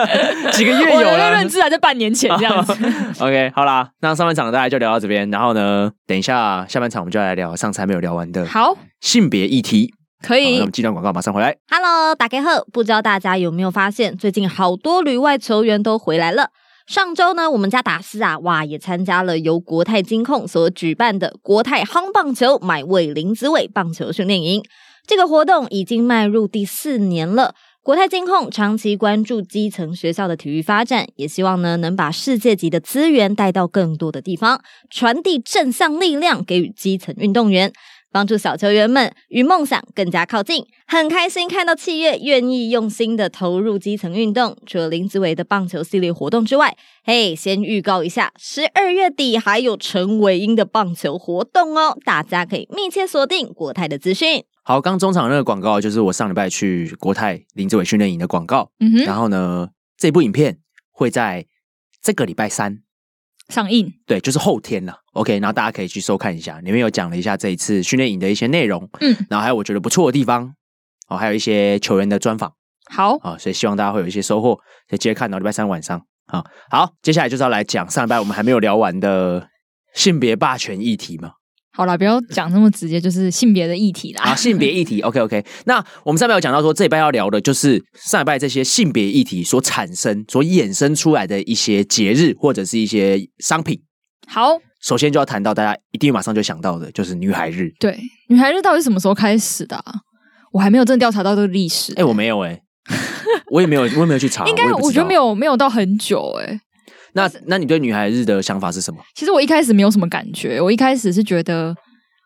S1: 几个月
S2: 我
S1: 有
S2: 的
S1: 了
S2: 认。知还在半年前这样子。
S1: <laughs> OK，好啦，那上半场大家就聊到这边，然后呢，等一下下半场我们就来聊上次还没有聊完的
S2: 好，
S1: 性别议题。
S2: 可
S1: 好，那
S2: 以
S1: 我们进段广告，马上回来。
S3: Hello，打开后，不知道大家有没有发现，最近好多旅外球员都回来了。上周呢，我们家达斯啊，哇，也参加了由国泰金控所举办的国泰夯棒球买位林子伟棒球训练营。这个活动已经迈入第四年了。国泰金控长期关注基层学校的体育发展，也希望呢能把世界级的资源带到更多的地方，传递正向力量给予基层运动员。帮助小球员们与梦想更加靠近。很开心看到七月愿意用心的投入基层运动。除了林子维的棒球系列活动之外，嘿，先预告一下，十二月底还有陈伟英的棒球活动哦，大家可以密切锁定国泰的资讯。
S1: 好，刚中场那个广告就是我上礼拜去国泰林志伟训练营的广告。
S2: 嗯哼，
S1: 然后呢，这部影片会在这个礼拜三，
S2: 上映
S1: 对，就是后天了。OK，然后大家可以去收看一下，里面有讲了一下这一次训练营的一些内容，
S2: 嗯，
S1: 然后还有我觉得不错的地方，哦，还有一些球员的专访
S2: 好，
S1: 啊、所以希望大家会有一些收获。所以接着看到礼拜三晚上啊、好，接下来就是要来讲上礼拜我们还没有聊完的性别霸权议题嘛，
S2: 好啦，不要讲那么直接，就是性别的议题啦。
S1: 啊，性别议题，OK OK。那我们上面有讲到说，这一拜要聊的就是上一拜这些性别议题所产生、所衍生出来的一些节日或者是一些商品。
S2: 好，
S1: 首先就要谈到大家一定马上就想到的，就是女孩日。
S2: 对，女孩日到底是什么时候开始的、啊？我还没有真的调查到这个历史。
S1: 哎、我没有哎、我也没有，我也没有去查，
S2: 应该
S1: 我也不
S2: 我
S1: 知道
S2: 觉得没。有没有到很久哎、
S1: 那那你对女孩日的想法是什么？
S2: 其实我一开始没有什么感觉，我一开始是觉得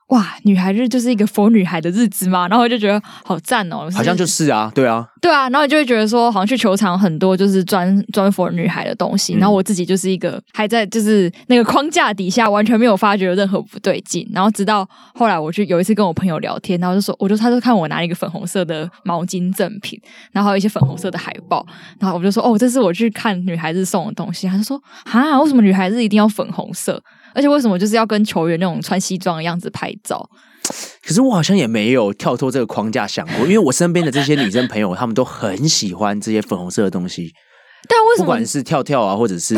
S2: 哇，女孩日就是一个佛女孩的日子嘛，然后我就觉得好赞哦，
S1: 好像就是啊，对啊，
S2: 对啊，然后你就会觉得说，好像去球场很多就是专专佛女孩的东西，
S1: 嗯
S2: 然后我自己就是一个还在就是那个框架底下，完全没有发觉任何不对劲。然后直到后来我去有一次跟我朋友聊天，然后就说，我就他就看我拿了一个粉红色的毛巾赠品，然后还有一些粉红色的海报，然后我就说，哦，这是我去看女孩子送的东西。他就说，啊，为什么女孩子一定要粉红色？而且为什么就是要跟球员那种穿西装的样子拍照？
S1: 可是我好像也没有跳脱这个框架想过，因为我身边的这些女生朋友，她们都很喜欢这些粉红色的东西，
S2: 但为
S1: 不
S2: 什么
S1: 管是跳跳啊，或者
S2: <laughs>
S1: 是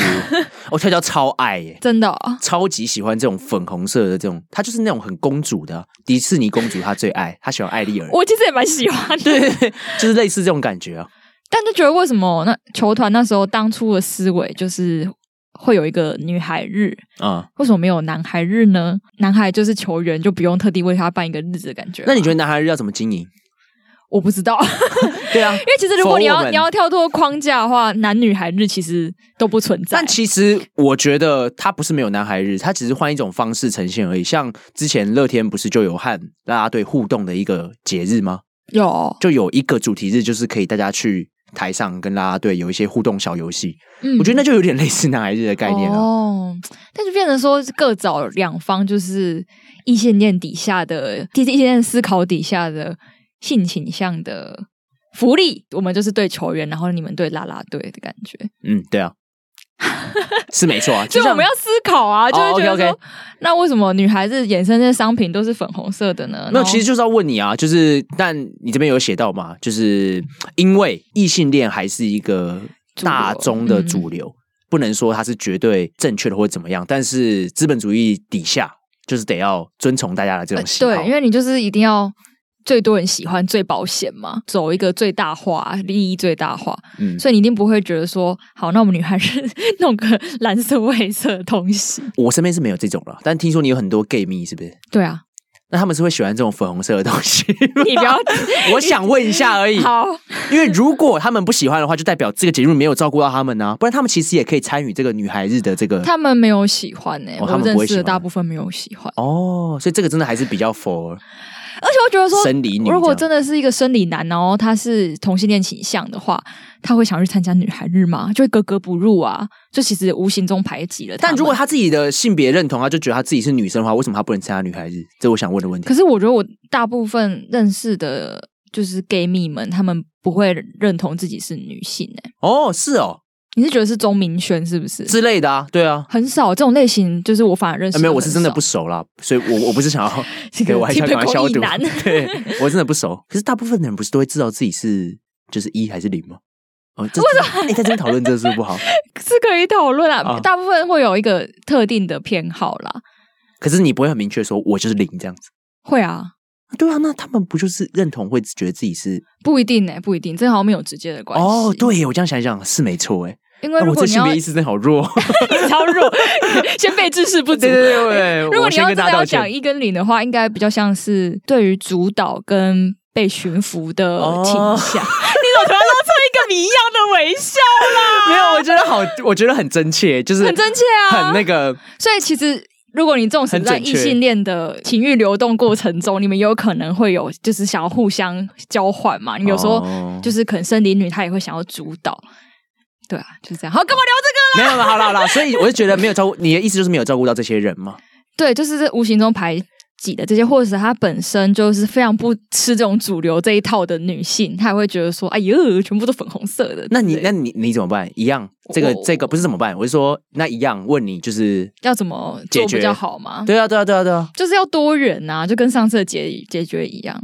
S1: 哦，跳跳超爱耶、
S2: 真的哦、
S1: 超级喜欢这种粉红色的这种，她就是那种很公主的啊迪士尼公主，她最爱，她喜欢艾丽儿，
S2: 我其实也蛮喜欢的。
S1: 对，就是类似这种感觉啊。
S2: 但就觉得为什么那球团那时候当初的思维就是会有一个女孩日，
S1: 啊、
S2: 为什么没有男孩日呢？男孩就是球员，就不用特地为他办一个日子的感觉。
S1: 那你觉得男孩日要怎么
S2: <laughs>
S1: 经营？
S2: 我不
S1: <laughs>
S2: 知道，
S1: 对啊，
S2: 因为其实如果你
S1: For
S2: 要
S1: woman
S2: 你要跳脱框架的话，男女孩日其实都不存在
S1: 但。其实我觉得他不是没有男孩日，他只是换一种方式呈现而已。像之前乐天不是就有和大家队互动的一个节日吗？
S2: 有，
S1: 就有一个主题日，就是可以大家去台上跟啦啦队有一些互动小游戏。
S2: 嗯
S1: 我觉得那就有点类似男孩日的概念啊了。
S2: 哦，但就变成说各找两方，就是异性恋底下的，第一线思考底下的性倾向的福利，我们就是对球员，然后你们对啦啦队的感觉，
S1: 嗯，对
S2: <laughs>
S1: 啊，是没错啊。
S2: 所
S1: 就
S2: 以我
S1: 像
S2: 们要思考啊，就
S1: 哦
S2: 会觉得
S1: ，OK，OK
S2: 说，那为什么女孩子衍生这些商品都是粉红色的呢？
S1: 没有，
S2: 然后
S1: 其实就是要问你啊，就是但你这边有写到嘛，就是因为异性恋还是一个
S2: 主流嗯
S1: 大众的主流，不能说它是绝对正确的或者怎么样，但是资本主义底下就是得要遵从大家的这种喜好。
S2: 呃对，因为你就是一定要。最多人喜欢最保险嘛，走一个最大化，利益最大化。
S1: 嗯，
S2: 所以你一定不会觉得说，好，那我们女孩是 <laughs> 弄个蓝色、或黑色的东西。
S1: 我身边是没有这种了，但听说你有很多 gay 蜜，是不是？
S2: 对啊，
S1: 那他们是会喜欢这种粉红色的东西？
S2: <laughs>
S1: <laughs>
S2: 你不要 <laughs>
S1: 我想问一下而已，
S2: 好，
S1: 因为如果他们不喜欢的话，就代表这个节目没有照顾到他们呢、不然他们其实也可以参与这个女孩日的这个。
S2: 他们没有喜欢呢、
S1: 哦他
S2: 我
S1: 们不会
S2: 认
S1: 喜
S2: 识
S1: 欢
S2: 的大部分没有喜欢，
S1: 哦，所以这个真的还是比较 for
S2: 而且我觉得说。
S1: 生理女这样。
S2: 如果真的是一个生理男，然后他是同性恋倾向的话，他会想去参加女孩日吗？就会格格不入啊！就其实无形中排挤了他们。
S1: 但如果他自己的性别认同，他就觉得他自己是女生的话，为什么他不能参加女孩子？这我想问的问题
S2: 可。是我觉得我大部分认识的就是 gay 蜜们，他们不会认同自己是女性诶、
S1: 哦，是哦
S2: 你是觉得是钟明轩是不是？
S1: 之类的啊，对啊。
S2: 很少这种类型，就是我反而认识、
S1: 啊、没有，我是真的不，熟啦，所以我我不是想
S2: <laughs>
S1: 要
S2: 这
S1: 给
S2: 个
S1: 我还想赶快
S2: typical
S1: 消
S2: 异
S1: 毒
S2: 男。
S1: 对我真的不熟。可是大部分的人不是都会知道自己是就是一还是零吗？哦，这为什么？哎、在这边讨论这是不是不
S2: <laughs>
S1: 好。
S2: 是可以讨论啊，
S1: 啊
S2: 大部分会有一个特定的偏好啦。
S1: 可是你不会很明确说我就是零这样子
S2: 会啊，
S1: 对啊，那他们不就是认同会觉得自己是？
S2: 不一定呢、欸不一定，这好像没有直接的关系。
S1: 哦，，对耶，我这样想一想是没错哎。
S2: 因为
S1: 啊
S2: 如
S1: 我
S2: 果
S1: 这
S2: 你
S1: 性
S2: 要
S1: 别
S2: <laughs>
S1: 意识真的好弱。
S2: 超弱， <laughs> 先备知识不足。
S1: 对
S2: <laughs>
S1: 对
S2: 如果
S1: 我
S2: 你
S1: 先
S2: 要
S1: 跟
S2: 真
S1: 大家
S2: 的要
S1: 道
S2: 讲
S1: 歉。
S2: 一跟零的话，应该比较像是对于主导跟被驯服的倾向。
S1: 哦 <laughs>
S2: 你怎么突然露出一个谜一样的微笑？
S1: 没有，我觉得好，我觉得很真切，就是
S2: 很真切啊！
S1: 很那个，
S2: 所以其实。如果你纵使
S1: 很
S2: 在
S1: 准
S2: 异
S1: 确
S2: 性恋的情欲流动过程中，你们有可能会有就是想要互相交换嘛？你们有时候
S1: 哦
S2: 就是可能生理女她也会想要主导，对啊，就是这样。好，干嘛聊这个？
S1: 没有了，好了好了，所以我就觉得没有照顾你的意思，就是没有照顾到这些人嘛。
S2: 对，就是这无形中排挤的这些，或者是她本身就是非常不吃这种主流这一套的女性，她也会觉得说：“哎呦，全部都粉红色的。”
S1: 那你
S2: 对
S1: 那你你怎么办？一样，这个
S2: 我
S1: 这个不是怎么办？我是说，那一样问你，就是
S2: 要怎么
S1: 解
S2: 做
S1: 决
S2: 比较好吗？
S1: 对啊对啊对啊对啊，
S2: 就是要多元啊，就跟上次的解解决一样，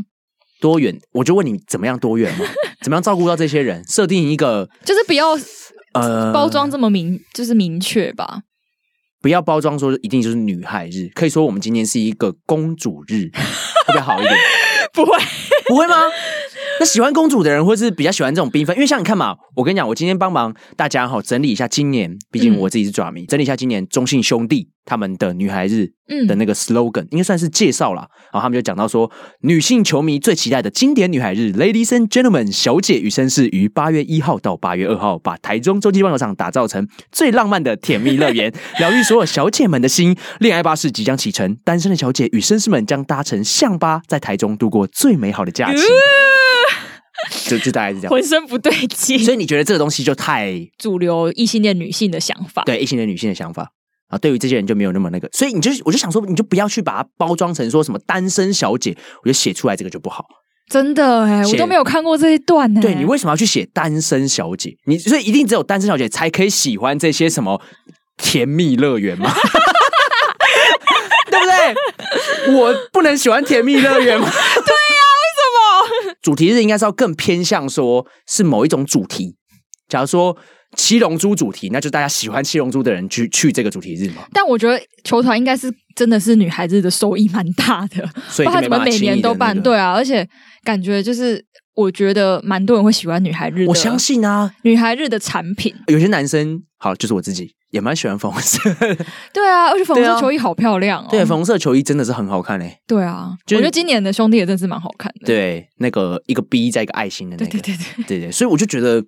S1: 多元，我就问你怎么样多元嘛？怎么样照顾到这些人？设定一个
S2: 就是不要
S1: 呃
S2: 包装，这么明，就是明确吧。
S1: 不要包装说一定就是女孩日，可以说我们今天是一个公主日，会不会好一点？
S2: <laughs> 不会，
S1: 不会吗？那喜欢公主的人，或是比较喜欢这种缤纷，因为像你看嘛，我跟你讲，我今天帮忙大家哈整理一下今年，毕竟
S2: 嗯
S1: 我自己是爪迷，整理一下今年中信兄弟他们的女孩日
S2: 嗯
S1: 的那个 slogan，应该算是介绍啦。然后他们就讲到说，女性球迷最期待的经典女孩日，Ladies and Gentlemen，小姐与绅士，于八月一号到八月二号，把台中洲际棒球场打造成最浪漫的甜蜜乐园， <laughs> 疗愈所有小姐们的心。恋爱巴士即将启程，单身的小姐与绅士们将搭乘象巴，在台中度过最美好的假期。就就大概是这样。
S2: 浑身不对劲。
S1: 所以你觉得这个东西就太
S2: 主流异性恋女性的想法，
S1: 对异性恋女性的想法啊，对于这些人就没有那么那个，所以你就我就想说，你就不要去把它包装成说什么单身小姐，我觉得写出来这个就不好。
S2: 真的哎、我
S1: 写
S2: 都没有看过这一段欸呢、
S1: 对你为什么要去写单身小姐？你所以一定只有单身小姐才可以喜欢这些什么甜蜜乐园 <laughs> 吗？对不对？我不能喜欢甜蜜乐园吗？对呀、为什么？主题日应该是要更偏向说是某一种主题，假如说。七龙珠主题，那就大家喜欢七龙珠的人去去这个主题日嘛， <laughs>
S2: 但我觉得球团应该是真的是女孩子的收益蛮大的，
S1: 所以就
S2: 不然
S1: 没
S2: 怎么
S1: 办法
S2: 每
S1: 轻易
S2: 年
S1: 地
S2: 都
S1: 那
S2: 办？
S1: 个
S2: 对啊，而且感觉就是我觉得蛮多人会喜欢女孩日的，
S1: 我相信啊，
S2: 女孩日的产品，
S1: 有些男生好就是我自己也蛮喜欢粉红色 <laughs> 的，
S2: 对啊，而且粉红
S1: 对
S2: 色
S1: 啊
S2: 球衣好漂亮哦，
S1: 对，粉红色球衣真的是很好看欸嘞、
S2: 对啊，
S1: 就是
S2: 我觉得今年的兄弟也真是蛮好看的，
S1: 对，那个一个 B 加一个爱心的那
S2: 对
S1: 个，
S2: 对对对。
S1: 对对所以我就觉得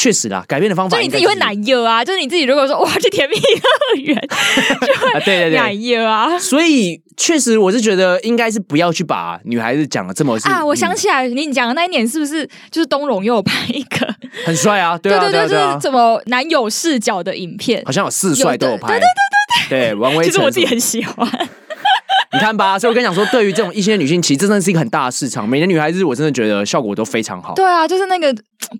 S1: 确实啦，改变的方
S2: 就
S1: 法
S2: 你
S1: 应
S2: 自
S1: 该
S2: 己
S1: 就是，
S2: 会奶油啊，就是你自己如果说哇去甜蜜乐园
S1: 啊，对对
S2: <laughs> 奶
S1: 对。
S2: 油啊
S1: 所以确实，我是觉得应该是不要去把女孩子讲的这么是
S2: 啊！我
S1: 嗯
S2: 想起来你讲的那一年是不是就是东荣又有拍一个
S1: 很帅
S2: <laughs>
S1: 啊， <laughs> 对啊
S2: 对
S1: 对啊对
S2: 就是
S1: 啊，
S2: 怎么男友视角的影片
S1: 好，像有四
S2: 有
S1: 帅都
S2: 的
S1: 有拍，对对对对对，王威成
S2: <laughs> 其
S1: 什
S2: 实
S1: 么，
S2: 我自己很喜欢。
S1: 你看吧，所以我跟你讲说，对于这种一些女性，其实真的是一个很大的市场。每年女孩子，我真的觉得效果都非常好。
S2: <laughs> 对啊，就是那个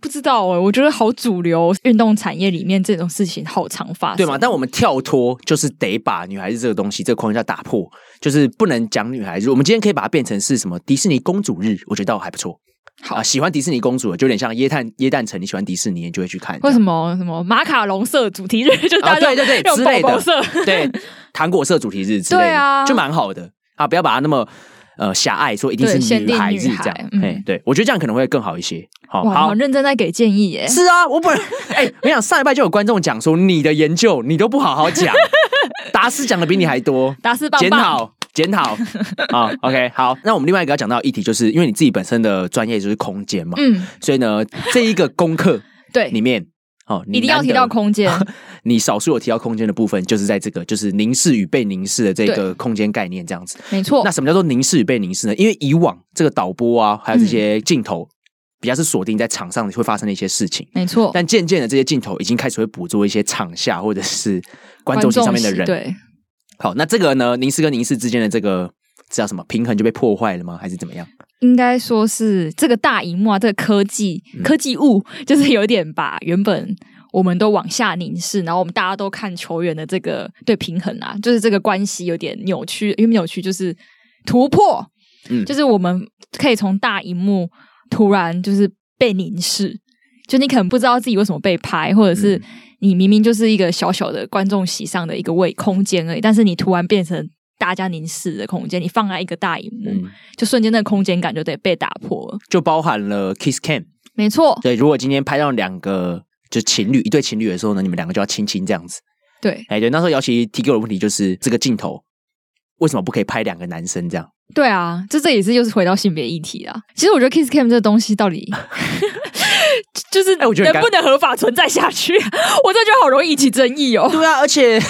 S2: 不知道哎、我觉得好主流运动产业里面这种事情好常发生，
S1: 啊对嘛？但我们跳脱就是得把女孩子这个东西这个框架打破，就是不能讲女孩子。我们今天可以把它变成是什么迪士尼公主日，我觉得倒还不错。
S2: 好
S1: 啊，喜欢迪士尼公主的，就有点像耶诞耶诞城，你喜欢迪士尼，你就会去看。
S2: 为什？么什么马卡龙色主题日就
S1: 啊，
S2: 大家
S1: 对对对，
S2: 那
S1: 之
S2: 种
S1: 类
S2: 宝
S1: 的哦
S2: 宝色，
S1: 对，糖果色主题日之类的，
S2: 对啊
S1: 就蛮好的啊，不要把它那么。呃，狭隘说一定
S2: 对
S1: 是
S2: 限
S1: 女
S2: 定
S1: 孩
S2: 女
S1: 子
S2: 孩
S1: 这样，
S2: 嗯
S1: 哎、对我觉得这样可能会更好一些。好，
S2: <laughs> 哇，
S1: 好
S2: 好，认真在给建议耶、
S1: 是啊，我本来 <laughs> 哎、我跟你讲，上礼拜就有观众讲说，你的研究你都不好好讲， <laughs> 达斯讲的比你还多，
S2: 达斯棒
S1: 检
S2: 棒，
S1: 讨检讨
S2: <laughs>
S1: 啊。OK，好，那我们另外一个要讲到的议题，就是因为你自己本身的专业就是空间嘛，
S2: 嗯，
S1: 所以呢，这一个功课
S2: 对，
S1: 里面。哦，你
S2: 一定要
S1: 难
S2: 提
S1: 得
S2: 到
S1: <laughs>
S2: 空间，
S1: 你少数有提到空间的部分，就是在这个就是凝视与被凝视的这个空间概念这样子。
S2: 没错
S1: 那，什么叫做凝视与被凝视呢？因为以往这个导播啊，还有这
S2: 嗯
S1: 些镜头，比较是锁定在场上会发生的一些事情。
S2: 没错，
S1: 但渐渐的，这些镜头已经开始会捕捉一些场下或者是观众席上面的
S2: 席
S1: 人。
S2: 对，
S1: 好，那这个呢，凝视跟凝视之间的这个这叫什么平衡就被破坏了吗？还是怎么样？
S2: 应该说是这个大荧幕啊，这个科技
S1: 嗯
S2: 科技物，就是有点把原本我们都往下凝视，然后我们大家都看球员的这个对平衡啊，就是这个关系有点扭曲，因为扭曲就是突破，
S1: 嗯
S2: 就是我们可以从大荧幕突然就是被凝视，就你可能不知道自己为什么被拍，或者是
S1: 嗯
S2: 你明明就是一个小小的观众席上的一个位空间而已，但是你突然变成大家凝视的空间，你放在一个大荧幕，
S1: 嗯，
S2: 就瞬间那个空间感就得被打破了。
S1: 就包含了 kiss cam。
S2: 没错，
S1: 对，如果今天拍到两个就情侣一对情侣的时候呢，你们两个就要亲亲这样子。
S2: 对
S1: 哎，对，那时候姚琦提给我的问题就是这个镜头为什么不可以拍两个男生这样？
S2: 对啊，这这也是又是回到性别议题啦。其实我觉得 kiss cam 这个东西到 <laughs> 底就就是
S1: 哎我觉得
S2: 能不能合法存在下去， <laughs> 我这就好容易引起争议哦。
S1: 对啊，而且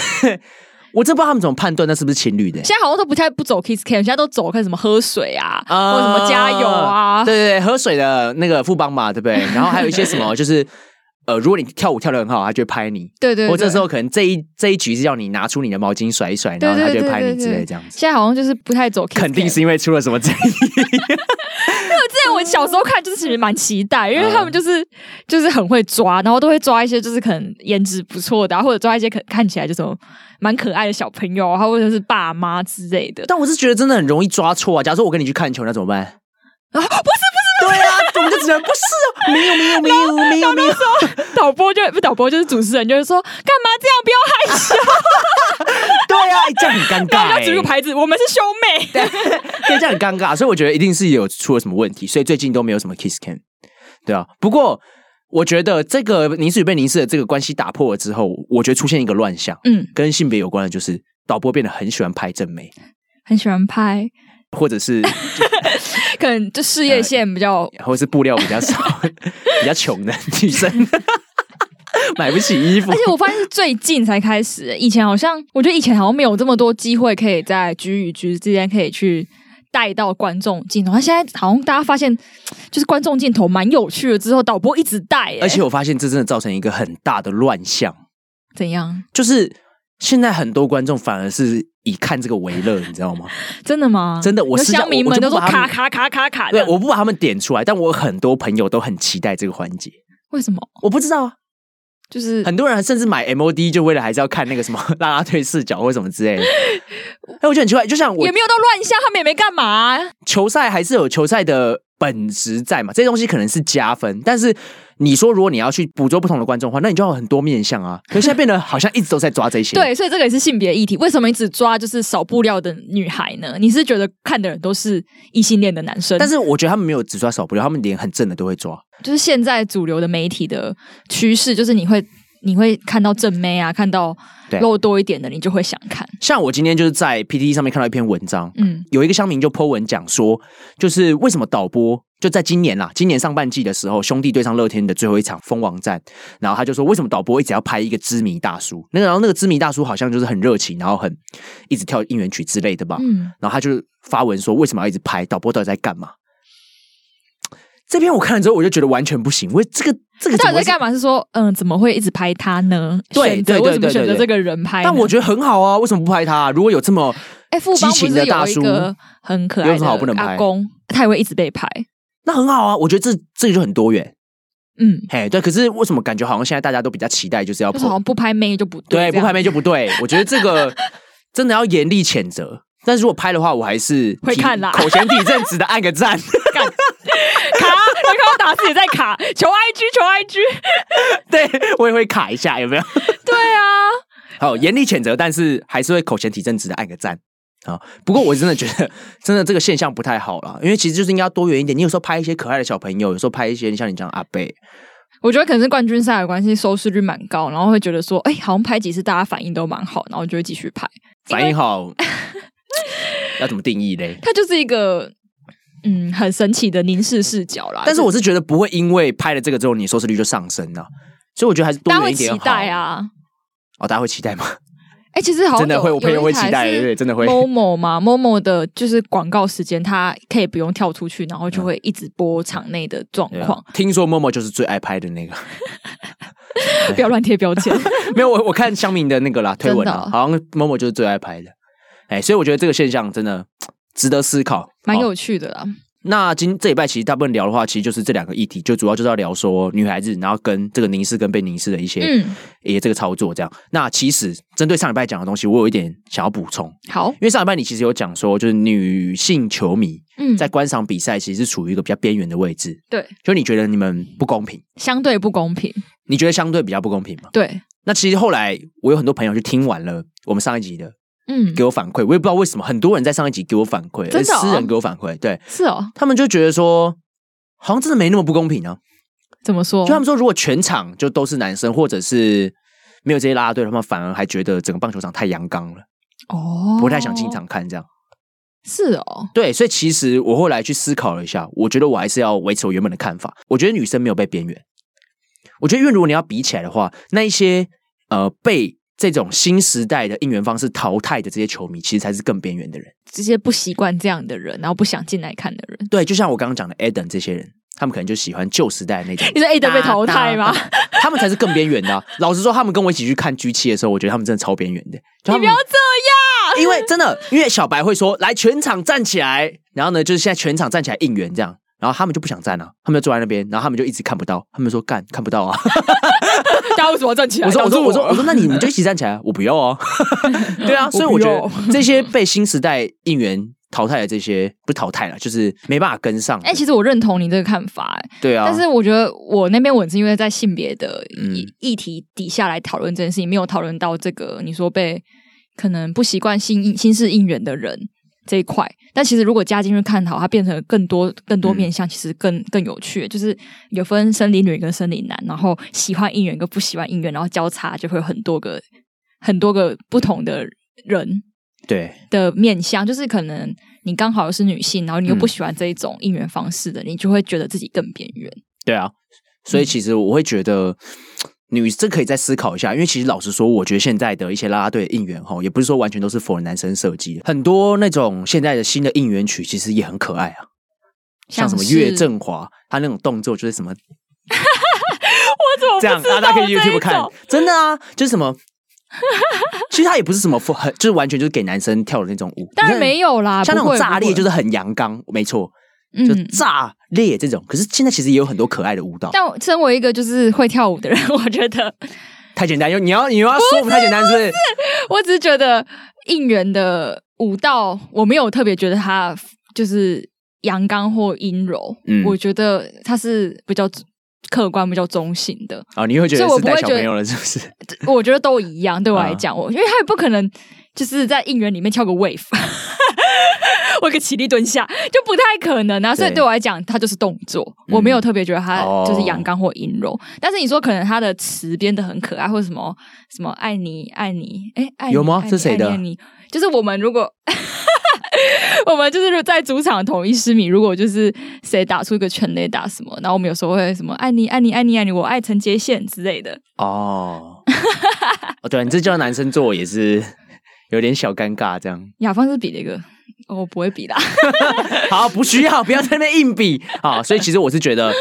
S1: 我真不知道他们怎么判断那是不是情
S2: <laughs>
S1: 侣的、
S2: <laughs> 现在好像都不太不走 kiss cam，现在都走看什么喝水啊，
S1: 啊
S2: 或者什么加油啊。
S1: 对对对，喝水的那个富邦嘛，对不对？然后还有一些什么，就是呃，如果你跳舞跳的很好，他就会拍你。
S2: 对对对，
S1: 或这时候可能这一这一局是要你拿出你的毛巾甩一甩，然后他就会拍你之类这样子。
S2: 现在好像就是不太走 kiss cam。
S1: 肯定是因为出了什么争
S2: <laughs>
S1: 议，
S2: 之前我小时候看，就是其实蛮期待，因为
S1: 嗯
S2: 他们就是就是很会抓，然后都会抓一些就是可能颜值不错的、啊，或者抓一些可看起来就是蛮可爱的小朋友啊，或者是爸妈之类的。
S1: 但我是觉得真的很容易抓错啊。假如说我跟你去看球，那怎么办？
S2: 啊，不
S1: 对啊，我们就只能不是哦，没有没有没有没有没有，
S2: 是导播就不导播就是主持人就会说干嘛这样，不要
S1: 对啊，哎这样很尴
S2: <laughs>
S1: 尬、
S2: 害
S1: 欸，
S2: 要举个牌子，我们是兄妹。
S1: 对，这样很尴尬，所以我觉得一定是有出了什么问题，所以最近都没有什么 kiss cam，对啊。不过我觉得这个凝视与被凝视的这个关系打破了之后，我觉得出现一个乱象，
S2: 嗯，
S1: 跟性别有关的，就是导播变得很喜欢拍正美，
S2: 很喜欢拍，
S1: 或者是
S2: 可能就事
S1: 呃
S2: 业线比较
S1: 或者是布料比较少、 <laughs> 比较穷的女生， <laughs> 买不起衣服
S2: 而。且我发现是最近才开始、以前好像我觉得以前好像没有这么多机会可以在局与局之间可以去带到观众镜头。那现在好像大家发现，就是观众镜头蛮有趣的，之后导播一直带、欸，
S1: 而且我发现这真的造成一个很大的乱象，
S2: 怎样？
S1: 就是现在很多观众反而是以看这个为乐，你知
S2: <laughs>
S1: 道吗？
S2: 真的吗？
S1: 真的我
S2: 有
S1: 私下
S2: 乡民
S1: 我
S2: 们
S1: 我就不
S2: 都说
S1: 把他
S2: 卡
S1: 们
S2: 卡卡卡卡
S1: 对
S2: 的，，
S1: 我不把他们点出来，但我很多朋友都很期待这个环节。
S2: 为什么？
S1: 我不知道啊，
S2: 就是
S1: 很多人甚至买 MOD 就为了还是要看那个什么 <laughs> 啦啦队视角或什么之类
S2: <laughs>
S1: 的。哎，我觉得很奇怪，就像我
S2: 也没有到乱象，他们也没干嘛啊、
S1: 球赛还是有球赛的本质在嘛，这些东西可能是加分，但是你说如果你要去捕捉不同的观众的话，那你就要有很多面向啊。可是现在变得好像一直都在抓这些，
S2: <laughs> 对，所以这个也是性别议题。为什么你只抓就是少布料的女孩呢？你是觉得看的人都是异性恋的男生？
S1: 但是我觉得他们没有只抓少不了，他们连很正的都会抓。
S2: 就是现在主流的媒体的趋势，就是你会你会看到正妹啊，看到
S1: 对
S2: 露多一点的，你就会想看。
S1: 像我今天就是在 PTT 上面看到一篇文章，
S2: 嗯，
S1: 有一个乡民就 po 文讲说，就是为什么导播就在今年啦，今年上半季的时候，兄弟对上乐天的最后一场封王战，然后他就说，为什么导播一直要拍一个知名大叔？那个然后那个知名大叔好像就是很热情，然后很一直跳应援曲之类的吧。
S2: 嗯，
S1: 然后他就发文说，为什么要一直拍？导播到底在干嘛？这篇我看了之后，我就觉得完全不行。为这个这个
S2: 他到
S1: 怎么
S2: 底在
S1: 会是？
S2: 干嘛？是说，嗯，怎么会一直拍他呢？
S1: 对
S2: 选择
S1: 对对
S2: 为什么
S1: 对对
S2: 选择
S1: 对
S2: 这个人拍呢？
S1: 但我觉得很好啊，为什么不拍他、如果有这么，
S2: 哎，富邦
S1: 激
S2: 不
S1: 情
S2: 是
S1: 的大
S2: 有一
S1: 叔
S2: 个很可
S1: 有
S2: 爱
S1: 什么好不
S2: 的
S1: 能
S2: 阿
S1: 拍
S2: 公，他也会一直被拍。
S1: 那很好啊，我觉得这这个就很多元。
S2: 嗯，
S1: 嘿，对，可是为什么感觉好像现在大家都比较期待，就是要
S2: 就是好像不拍妹就不
S1: 对不拍
S2: 妹
S1: 妹就不
S2: <laughs>
S1: 对？我觉得这个真的要严厉谴责。但是如果拍的话，我还是
S2: 会
S1: 提
S2: 看啦
S1: 口嫌体正直的按个赞。 <laughs>
S2: 卡， <laughs> 你看我打字也在卡，求 IG 求 IG。
S1: 对啊我也会卡一下，有没有？
S2: 对啊，
S1: 好，严厉谴责，但是还是会口嫌体正直的按个赞。啊，不过我真的觉得， <laughs> 真的这个现象不太好啦，因为其实就是应该要多元一点。你有时候拍一些可爱的小朋友，有时候拍一些像你这样阿贝，
S2: 我觉得可能是冠军赛的关系，收视率蛮高，然后会觉得说，哎、好像拍几次大家反应都蛮好，然后就会继续拍。
S1: 反应
S2: <laughs>
S1: 好，要怎么定义嘞？
S2: 它就是一个嗯很神奇的凝视视角啦。
S1: 但是我是觉得不会因为拍了这个之后，你收视率就上升了、所以我觉得还是多
S2: 大
S1: 元
S2: 家会
S1: 一点
S2: 期
S1: 好
S2: 待！啊，
S1: 哦，大家会期
S2: <laughs>
S1: 待吗？
S2: 哎、其实好像
S1: 真的
S2: 有
S1: 会，我朋友会期待，
S2: 有一
S1: 对
S2: 台
S1: 对，
S2: 是
S1: 真的会。
S2: Momo 嘛，Momo 的就是广告时间，它可以不用跳出去，然后就会一直播场内的状
S1: 对啊
S2: 况，
S1: 听说默默就是最爱拍的那个，
S2: 不要乱贴标
S1: <laughs>
S2: 签。
S1: 没有我我看香明的那个啦推文
S2: 真的
S1: 啊
S2: 哦，
S1: 好像默默就是最爱拍的。哎，所以我觉得这个现象真的值得思考，
S2: 蛮
S1: 好
S2: 有趣的啦，
S1: 那今这礼拜其实大部分聊的话，其实就是这两个议题，就主要就是要聊说女孩子，然后跟这个凝视跟被凝视的一些、
S2: 嗯，
S1: 也这个操作这样。那其实针对上礼拜讲的东西，我有一点想要补充，
S2: 好，
S1: 因为上礼拜你其实有讲说，就是女性球迷
S2: 嗯，
S1: 在观赏比赛其实是处于一个比较边缘的位置，
S2: 对，
S1: 就你觉得你们不公平，
S2: 相对不公平，
S1: 你觉得相对比较不公平吗？
S2: 对，
S1: 那其实后来我有很多朋友去听完了我们上一集的
S2: 嗯，
S1: 给我反馈，我也不知道为什么，很多人在上一集给我反馈，哎
S2: 真的哦
S1: 而私人给我反馈，对
S2: 是哦，
S1: 他们就觉得说，好像真的没那么不公平啊。
S2: 怎么说
S1: 就？他们说，如果全场就都是男生，或者是没有这些啦啦队，他们反而还觉得整个棒球场太阳刚了，
S2: 哦，
S1: 不太想进场看这样。
S2: 是哦，
S1: 对，所以其实我后来去思考了一下，我觉得我还是要维持我原本的看法。我觉得女生没有被边缘。我觉得，因为如果你要比起来的话，那一些呃被这种新时代的应援方式淘汰的这些球迷，其实才是更边缘的人。
S2: 这些不习惯这样的人，然后不想进来看的人，
S1: 对，就像我刚刚讲的 Eden 这些人，他们可能就喜欢旧时代那种。
S2: 你说 Eden 被淘汰吗
S1: 哒？哒哒他们才是更边缘的啊、老实说，他们跟我一起去看 G 七的时候，我觉得他们真的超边缘的。就
S2: 你
S1: 他
S2: 不
S1: 们
S2: 要这
S1: 因为真的，因为小白会说来全场站起来，然后呢，就是现在全场站起来应援这样，然后他们就不想站啊，他们就坐在那边，然后他们就一直看不到，他们说干看不到啊。
S2: 样，大家为什么要站起来？
S1: 我说我说我说
S2: 挡
S1: 我
S2: 住
S1: 说那你们就一起站起来啊，我 <laughs> 不要哦。对啊，所以
S2: 我
S1: 我
S2: 不
S1: 觉
S2: 要
S1: 得这些被新时代应援淘汰的这些不是淘汰了，就是没办法跟上。
S2: 哎、其实我认同你这个看法、哎
S1: 对啊，
S2: 但是我觉得我那边我是因为在性别的
S1: 嗯
S2: 议议题底下来讨论这件事情，没有讨论到这个你说被可能不习惯新应新式应援的人这一块。但其实如果加进去探讨，它变成更多更多
S1: 嗯
S2: 面向，其实更更有趣。就是有分生理女跟生理男，然后喜欢应援跟不喜欢应援，然后交叉就会有很多个很多个不同的人
S1: 对，
S2: 的面向，就是可能你刚好又是女性，然后你又
S1: 嗯
S2: 不喜欢这一种应援方式的，你就会觉得自己更边缘。
S1: 对啊，
S2: 嗯
S1: 所以其实我会觉得。女这可以再思考一下，因为其实老实说，我觉得现在的一些啦啦队的应援吼，也不是说完全都是 for 男生设计的，很多那种现在的新的应援曲其实也很可爱啊，像什么
S2: 是
S1: 岳振华，他那种动作就是什么
S2: <laughs> 我怎么不
S1: 这样，
S2: 知道
S1: 啊， <laughs> 大家可以
S2: 这一
S1: YouTube 看
S2: 种，
S1: 真的啊，就是什
S2: <laughs>
S1: 么，其实他也不是什么 for，很就是完全就是给男生跳的那种舞，
S2: 当
S1: 你
S2: 然
S1: 看
S2: 没有啦，
S1: 像那
S2: 不
S1: 种
S2: 会
S1: 炸裂就是
S2: 不
S1: 很阳刚，没错，
S2: 会
S1: 就
S2: 嗯。
S1: 炸裂这种，可是现在其实也有很多可爱的舞蹈，
S2: 但我身为一个就是会跳舞的人， <laughs> 我觉得
S1: 太简单，因为你要你要说我们太简单是不是？
S2: 我只是觉得应援的舞蹈，我没有特别觉得它就是阳刚或阴柔，
S1: 嗯
S2: 我觉得它是比较客观、比较中性的。
S1: 啊，你会觉
S2: 所
S1: 得
S2: 以我
S1: 是
S2: 不
S1: 带
S2: 会
S1: 小
S2: 觉得
S1: 朋友了，是不
S2: <laughs>
S1: 是？
S2: 我觉得都一样，对我
S1: 嗯
S2: 来讲，我因为他也不可能就是在应援里面跳个 wave，我一个起立蹲下就不太可能啊。所以
S1: 对
S2: 对我来讲，它就是动作，
S1: 嗯
S2: 我没有特别觉得它
S1: 哦
S2: 就是阳刚或阴柔。但是你说可能它的词编的很可爱，或者什么什么爱你爱你，哎、爱你
S1: 有吗
S2: 爱你
S1: 是谁的
S2: 爱你爱你就是我们如果。 <laughs> 我们就是在主场统一失米，如果就是谁打出一个全垒打什么，然后我们有时候会什么爱你爱你爱你爱你，我爱陈杰宪之类的，
S1: 哦，哦，对，你这叫男生做也是有点小尴尬，这样。
S2: 雅芳是比了一个，哦我不会 <laughs> 比啦。
S1: 好，不需要，不要在那边硬比啊。所以其实我是觉得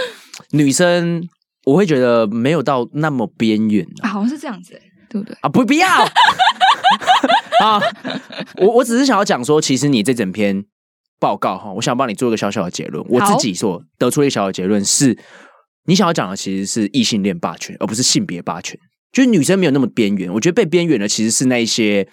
S1: 女生，我会觉得没有到那么边缘啊
S2: 啊，好像是这样子、欸，对不对？
S1: 啊，不必要 <laughs> 啊。我我只是想要讲说，其实你这整篇报告哈，我想帮你做一个小小的结论。我
S2: 好
S1: 自己所得出一个小小的结论是，你想要讲的其实是异性恋霸权，而不是性别霸权。就是女生没有那么边缘，我觉得被边缘的其实是那一些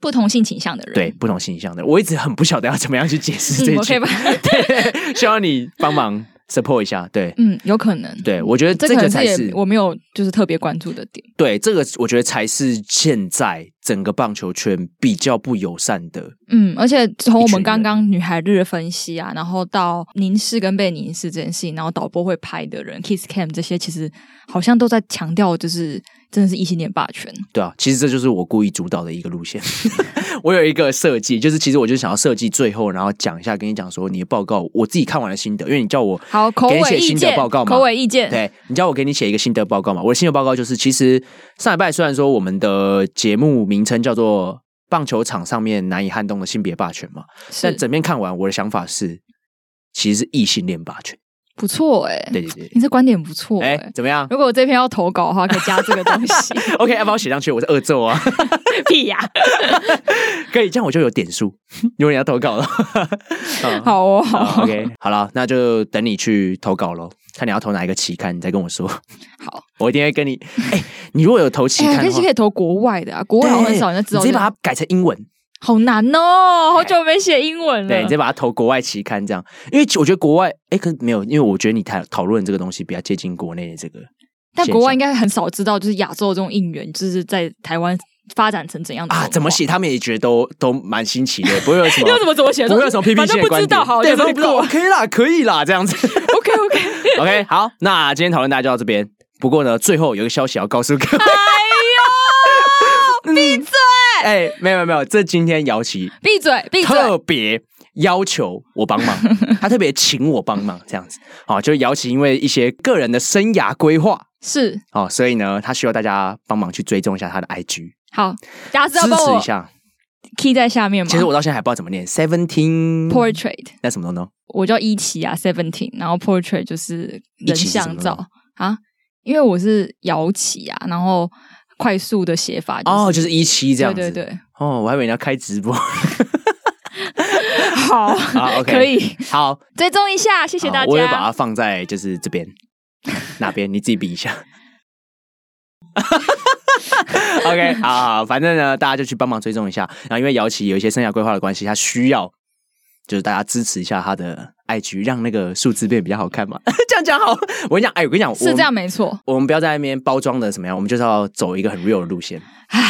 S2: 不同性倾向的人，
S1: 对不同性向的。我一直很不晓得要怎么样去解释这
S2: 嗯，
S1: 一
S2: 我可
S1: 句
S2: 以吧？
S1: <laughs> 对，希望你帮忙 support 一下。对，
S2: 嗯，有可能，
S1: 对我觉得
S2: 这
S1: 这
S2: 可
S1: 个
S2: 能
S1: 才
S2: 也
S1: 是
S2: 我没有就是特别关注的点。
S1: 对这个，我觉得才是现在整个棒球圈比较不友善的。
S2: 嗯，而且从我
S1: 一群
S2: 们
S1: 人
S2: 刚刚女孩日的分析啊，然后到凝视跟被凝视这件事情，然后导播会拍的人，kiss cam 这些，其实好像都在强调，就是真的是异性恋霸权。
S1: 对啊，其实这就是我故意主导的一个路线。 <laughs> 我有一个设计，就是其实我就想要设计最后，然后讲一下，跟你讲说你的报告，我自己看完了心得，因为你叫我
S2: <laughs> 好，口
S1: 给你写
S2: 尾意
S1: 心得
S2: 见，
S1: 报告嘛
S2: 口尾意见，
S1: 对你叫我给你写一个心得报告嘛。我的心得报告就是，其实上礼拜虽然说我们的节目名称叫做“棒球场上面难以撼动的性别霸权”嘛，
S2: 是
S1: 但整篇看完，我的想法是，其实是异性恋霸权。
S2: 不错哎、
S1: 对对
S2: <laughs>
S1: 对，
S2: 你这观点不错哎、
S1: 哎、怎么样
S2: 如果我这篇要投稿的话，可以加这个东 <laughs> 西。
S1: ？OK，要把我写上去，我是恶作啊，
S2: <laughs> 屁呀、
S1: <laughs> 可以，这样我就有点数，有人要投稿了。
S2: 好哦，好
S1: 好
S2: 哦
S1: ，OK，好了，那就等你去投稿喽，看你要投哪一个期刊，你再跟我说，
S2: 好。
S1: <laughs> 我一定会跟你。哎、你如果有投期
S2: 哎、
S1: 刊
S2: 可
S1: 的
S2: 以
S1: 话，
S2: 可以投国外的啊，国外好像很少人知
S1: 对
S2: 道
S1: 你直
S2: 这个，
S1: 接把它改成英文，
S2: 好难哦，好久没写英文
S1: 对，你
S2: 了
S1: 直。接把它投国外期刊这样，因为我觉得国外，哎、可是没有，因为我觉得你讨讨论这个东西比较
S2: 哦
S1: 接近国内的这个，
S2: 但国外应
S1: 该
S2: 该很少知道，就是亚洲这种应援，就是在台湾发展成怎样的
S1: 啊，怎么
S2: <laughs> 写？
S1: 写他们也觉得都都蛮新奇的，不会有什
S2: <laughs>
S1: 么
S2: 要怎么怎么写？
S1: 不会有什么批评
S2: 反
S1: 性
S2: 正
S1: 的
S2: 不
S1: 观
S2: 知
S1: 点
S2: 道，好，
S1: 对，
S2: 就
S1: 不
S2: 是
S1: 知道
S2: 过。 <laughs>
S1: OK 啦，可以啦，这样子。
S2: OK OK，
S1: <laughs> OK，好，那今天讨论大家就到这边。不过呢，最后有一个消息要告诉各位。哎呦，闭嘴！哎，没有没有没有，这今天姚琦
S2: 闭嘴闭嘴。
S1: 特别要求我帮
S2: <laughs>
S1: 忙，他特别请我帮忙，这样子。好，就是姚琦因为一些个人的生涯规划。
S2: 是
S1: 哦，所以呢，他需要大家帮忙去追踪一下他的 IG，
S2: 好，大家是
S1: 支
S2: 要帮
S1: 持一
S2: 我
S1: 下。
S2: key 在下面吗？嗯
S1: 其实我到现在还不知道怎么念 seventeen
S2: portrait
S1: 那什么东东？
S2: 我叫一奇啊，seventeen，然后 portrait 就是
S1: 一
S2: 人
S1: 奇是什么
S2: 像照啊，因为我是姚琦啊，然后快速的写法
S1: 哦，就是一期这样子。
S2: 对对对，
S1: 哦，我还以为你要开直
S2: <laughs>
S1: 播。
S2: 好， <laughs>
S1: 好，OK，
S2: 哦可以
S1: 好，
S2: 追踪一下，谢谢
S1: 好
S2: 大
S1: 我会把
S2: 家
S1: 它。放在就是这
S2: <laughs>
S1: 边哪边，你自己比一下。OK，好好，好反正呢，大家就去帮忙追踪一下。然后因为姚琦有一些生涯规划的关系，他需要就是大家支持一下他的 IG，让那个数字变比较好看嘛。 <laughs> 这样讲好，我跟你讲，哎，我跟你讲，我
S2: 是
S1: 们
S2: 这样没错，
S1: 我们不要在那边包装的怎么样，我们就是要走一个很 real 的路线。
S2: 唉，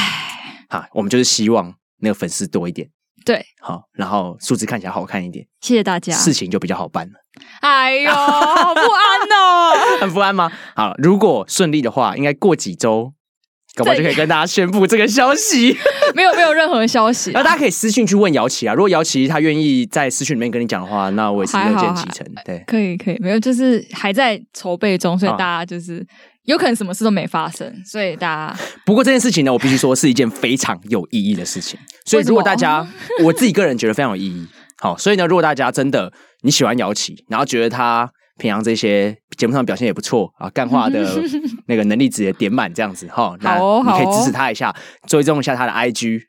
S1: 哈，我们就是希望那个粉丝多一点，
S2: 对，
S1: 好，然后数字看起来好看一点，
S2: 谢谢大家。
S1: 事情就比较好办了。
S2: 哎呦，好不安哦。
S1: 很不安吗？好，如果顺利的话，应该过几周，搞不好就可以跟大家宣布这个消息。
S2: 没有没有任何消息
S1: 然后大家可以私信去问姚琦啊，如果姚琦他愿意在私讯里面跟你讲的话，那我也是
S2: 还
S1: 乐
S2: 好
S1: 见
S2: 还
S1: 其成。对，
S2: 可以可以，没有，就是还在筹备中，所以
S1: 啊
S2: 大家就是、有可能什么事都没发生，所以大家
S1: 不过这件事情呢，我必须说是一件非常有意义的事情。所以
S2: 为什么
S1: 如果大家，我自己个人觉得非常有意义。好，所以呢，如果大家真的你喜欢姚琦，然后觉得他平常这些节目上表现也不错啊，干话
S2: <laughs>
S1: 的那个能力值也点满这样子哈，那
S2: 好哦
S1: 你可
S2: 好
S1: 以
S2: 哦
S1: 支持他一下，追踪一下他的 IG。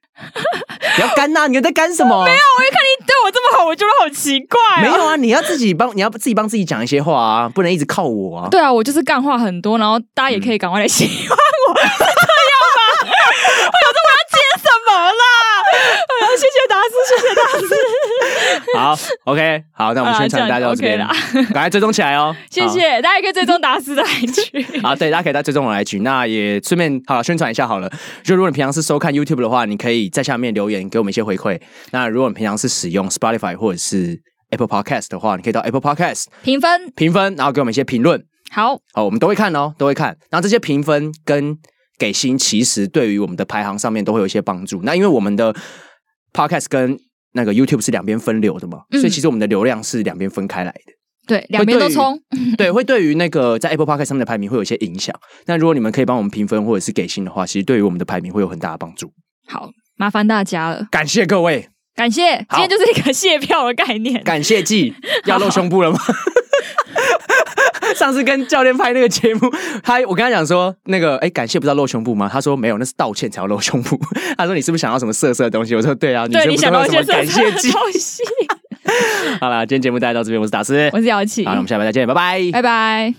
S1: 不要干呐、你在干什
S2: <laughs>
S1: 么？没有，
S2: <laughs> 对我这么好，我觉得好奇怪、哦
S1: 没有啊！你要自己帮，你要自己帮自己讲一些话啊，不能一直靠我啊。
S2: 对啊，我就是干话很多，然后大家也可以赶快来喜欢嗯我， <laughs> 是这样吗？我想说我要接什么啦？ <laughs> 啊哎呀谢谢达斯，谢谢达斯，
S1: 好，OK，好，那我们
S2: 啊
S1: 宣传大家到这边，
S2: 这样
S1: 赶快追踪起来哦。
S2: <laughs> 谢
S1: 好。
S2: 谢大家，也可以追踪达斯
S1: <laughs>
S2: 的 <laughs> IG。
S1: 啊，对，大家可以在追踪我来举，那也顺便好了宣传一下好了。就如果你平常是收看 YouTube 的话，你可以在下面留言给我们一些回馈。那如果你平常是使用 Spotify 或者是 Apple Podcast 的话，你可以到 Apple Podcast
S2: 评分
S1: 评分，然后给我们一些评论。
S2: 好，
S1: 好，我们都会看哦，都会看。然后这些评分跟给星，其实对于我们的排行上面都会有一些帮助。那因为我们的 Podcast 跟那个 YouTube 是两边分流的嘛，
S2: 嗯
S1: 所以其实我们的流量是两边分开来的。
S2: 对，两边都冲， <laughs>
S1: 对，会对于那个在 Apple Podcast 上面的排名会有一些影响。那如果你们可以帮我们评分或者是给星的话，其实对于我们的排名会有很大的帮助。
S2: 好，麻烦大家了，
S1: 感谢各位，
S2: 感谢，今
S1: 好
S2: 天就是一个谢票的概念。
S1: 感谢
S2: <laughs>
S1: 季，要露胸部了吗？ <laughs> 上次跟教练拍那个节目，他我跟他讲说，那个哎、诶感谢不是要露胸部吗？他说没有，那是道歉才要露胸部。 <laughs> 他说你是不是想要什么色色的东西？我说对啊，女
S2: 对
S1: 生
S2: 你
S1: 不是
S2: 想
S1: 会有
S2: 到一
S1: 什
S2: 些
S1: 么
S2: 色
S1: 感
S2: 色
S1: 谢
S2: 的
S1: 季？
S2: 东西，
S1: 好啦，今天节目大家到这边，我是达斯，
S2: 我是姚琪哎
S1: 好，，那我们下礼拜再见，拜拜
S2: 拜拜。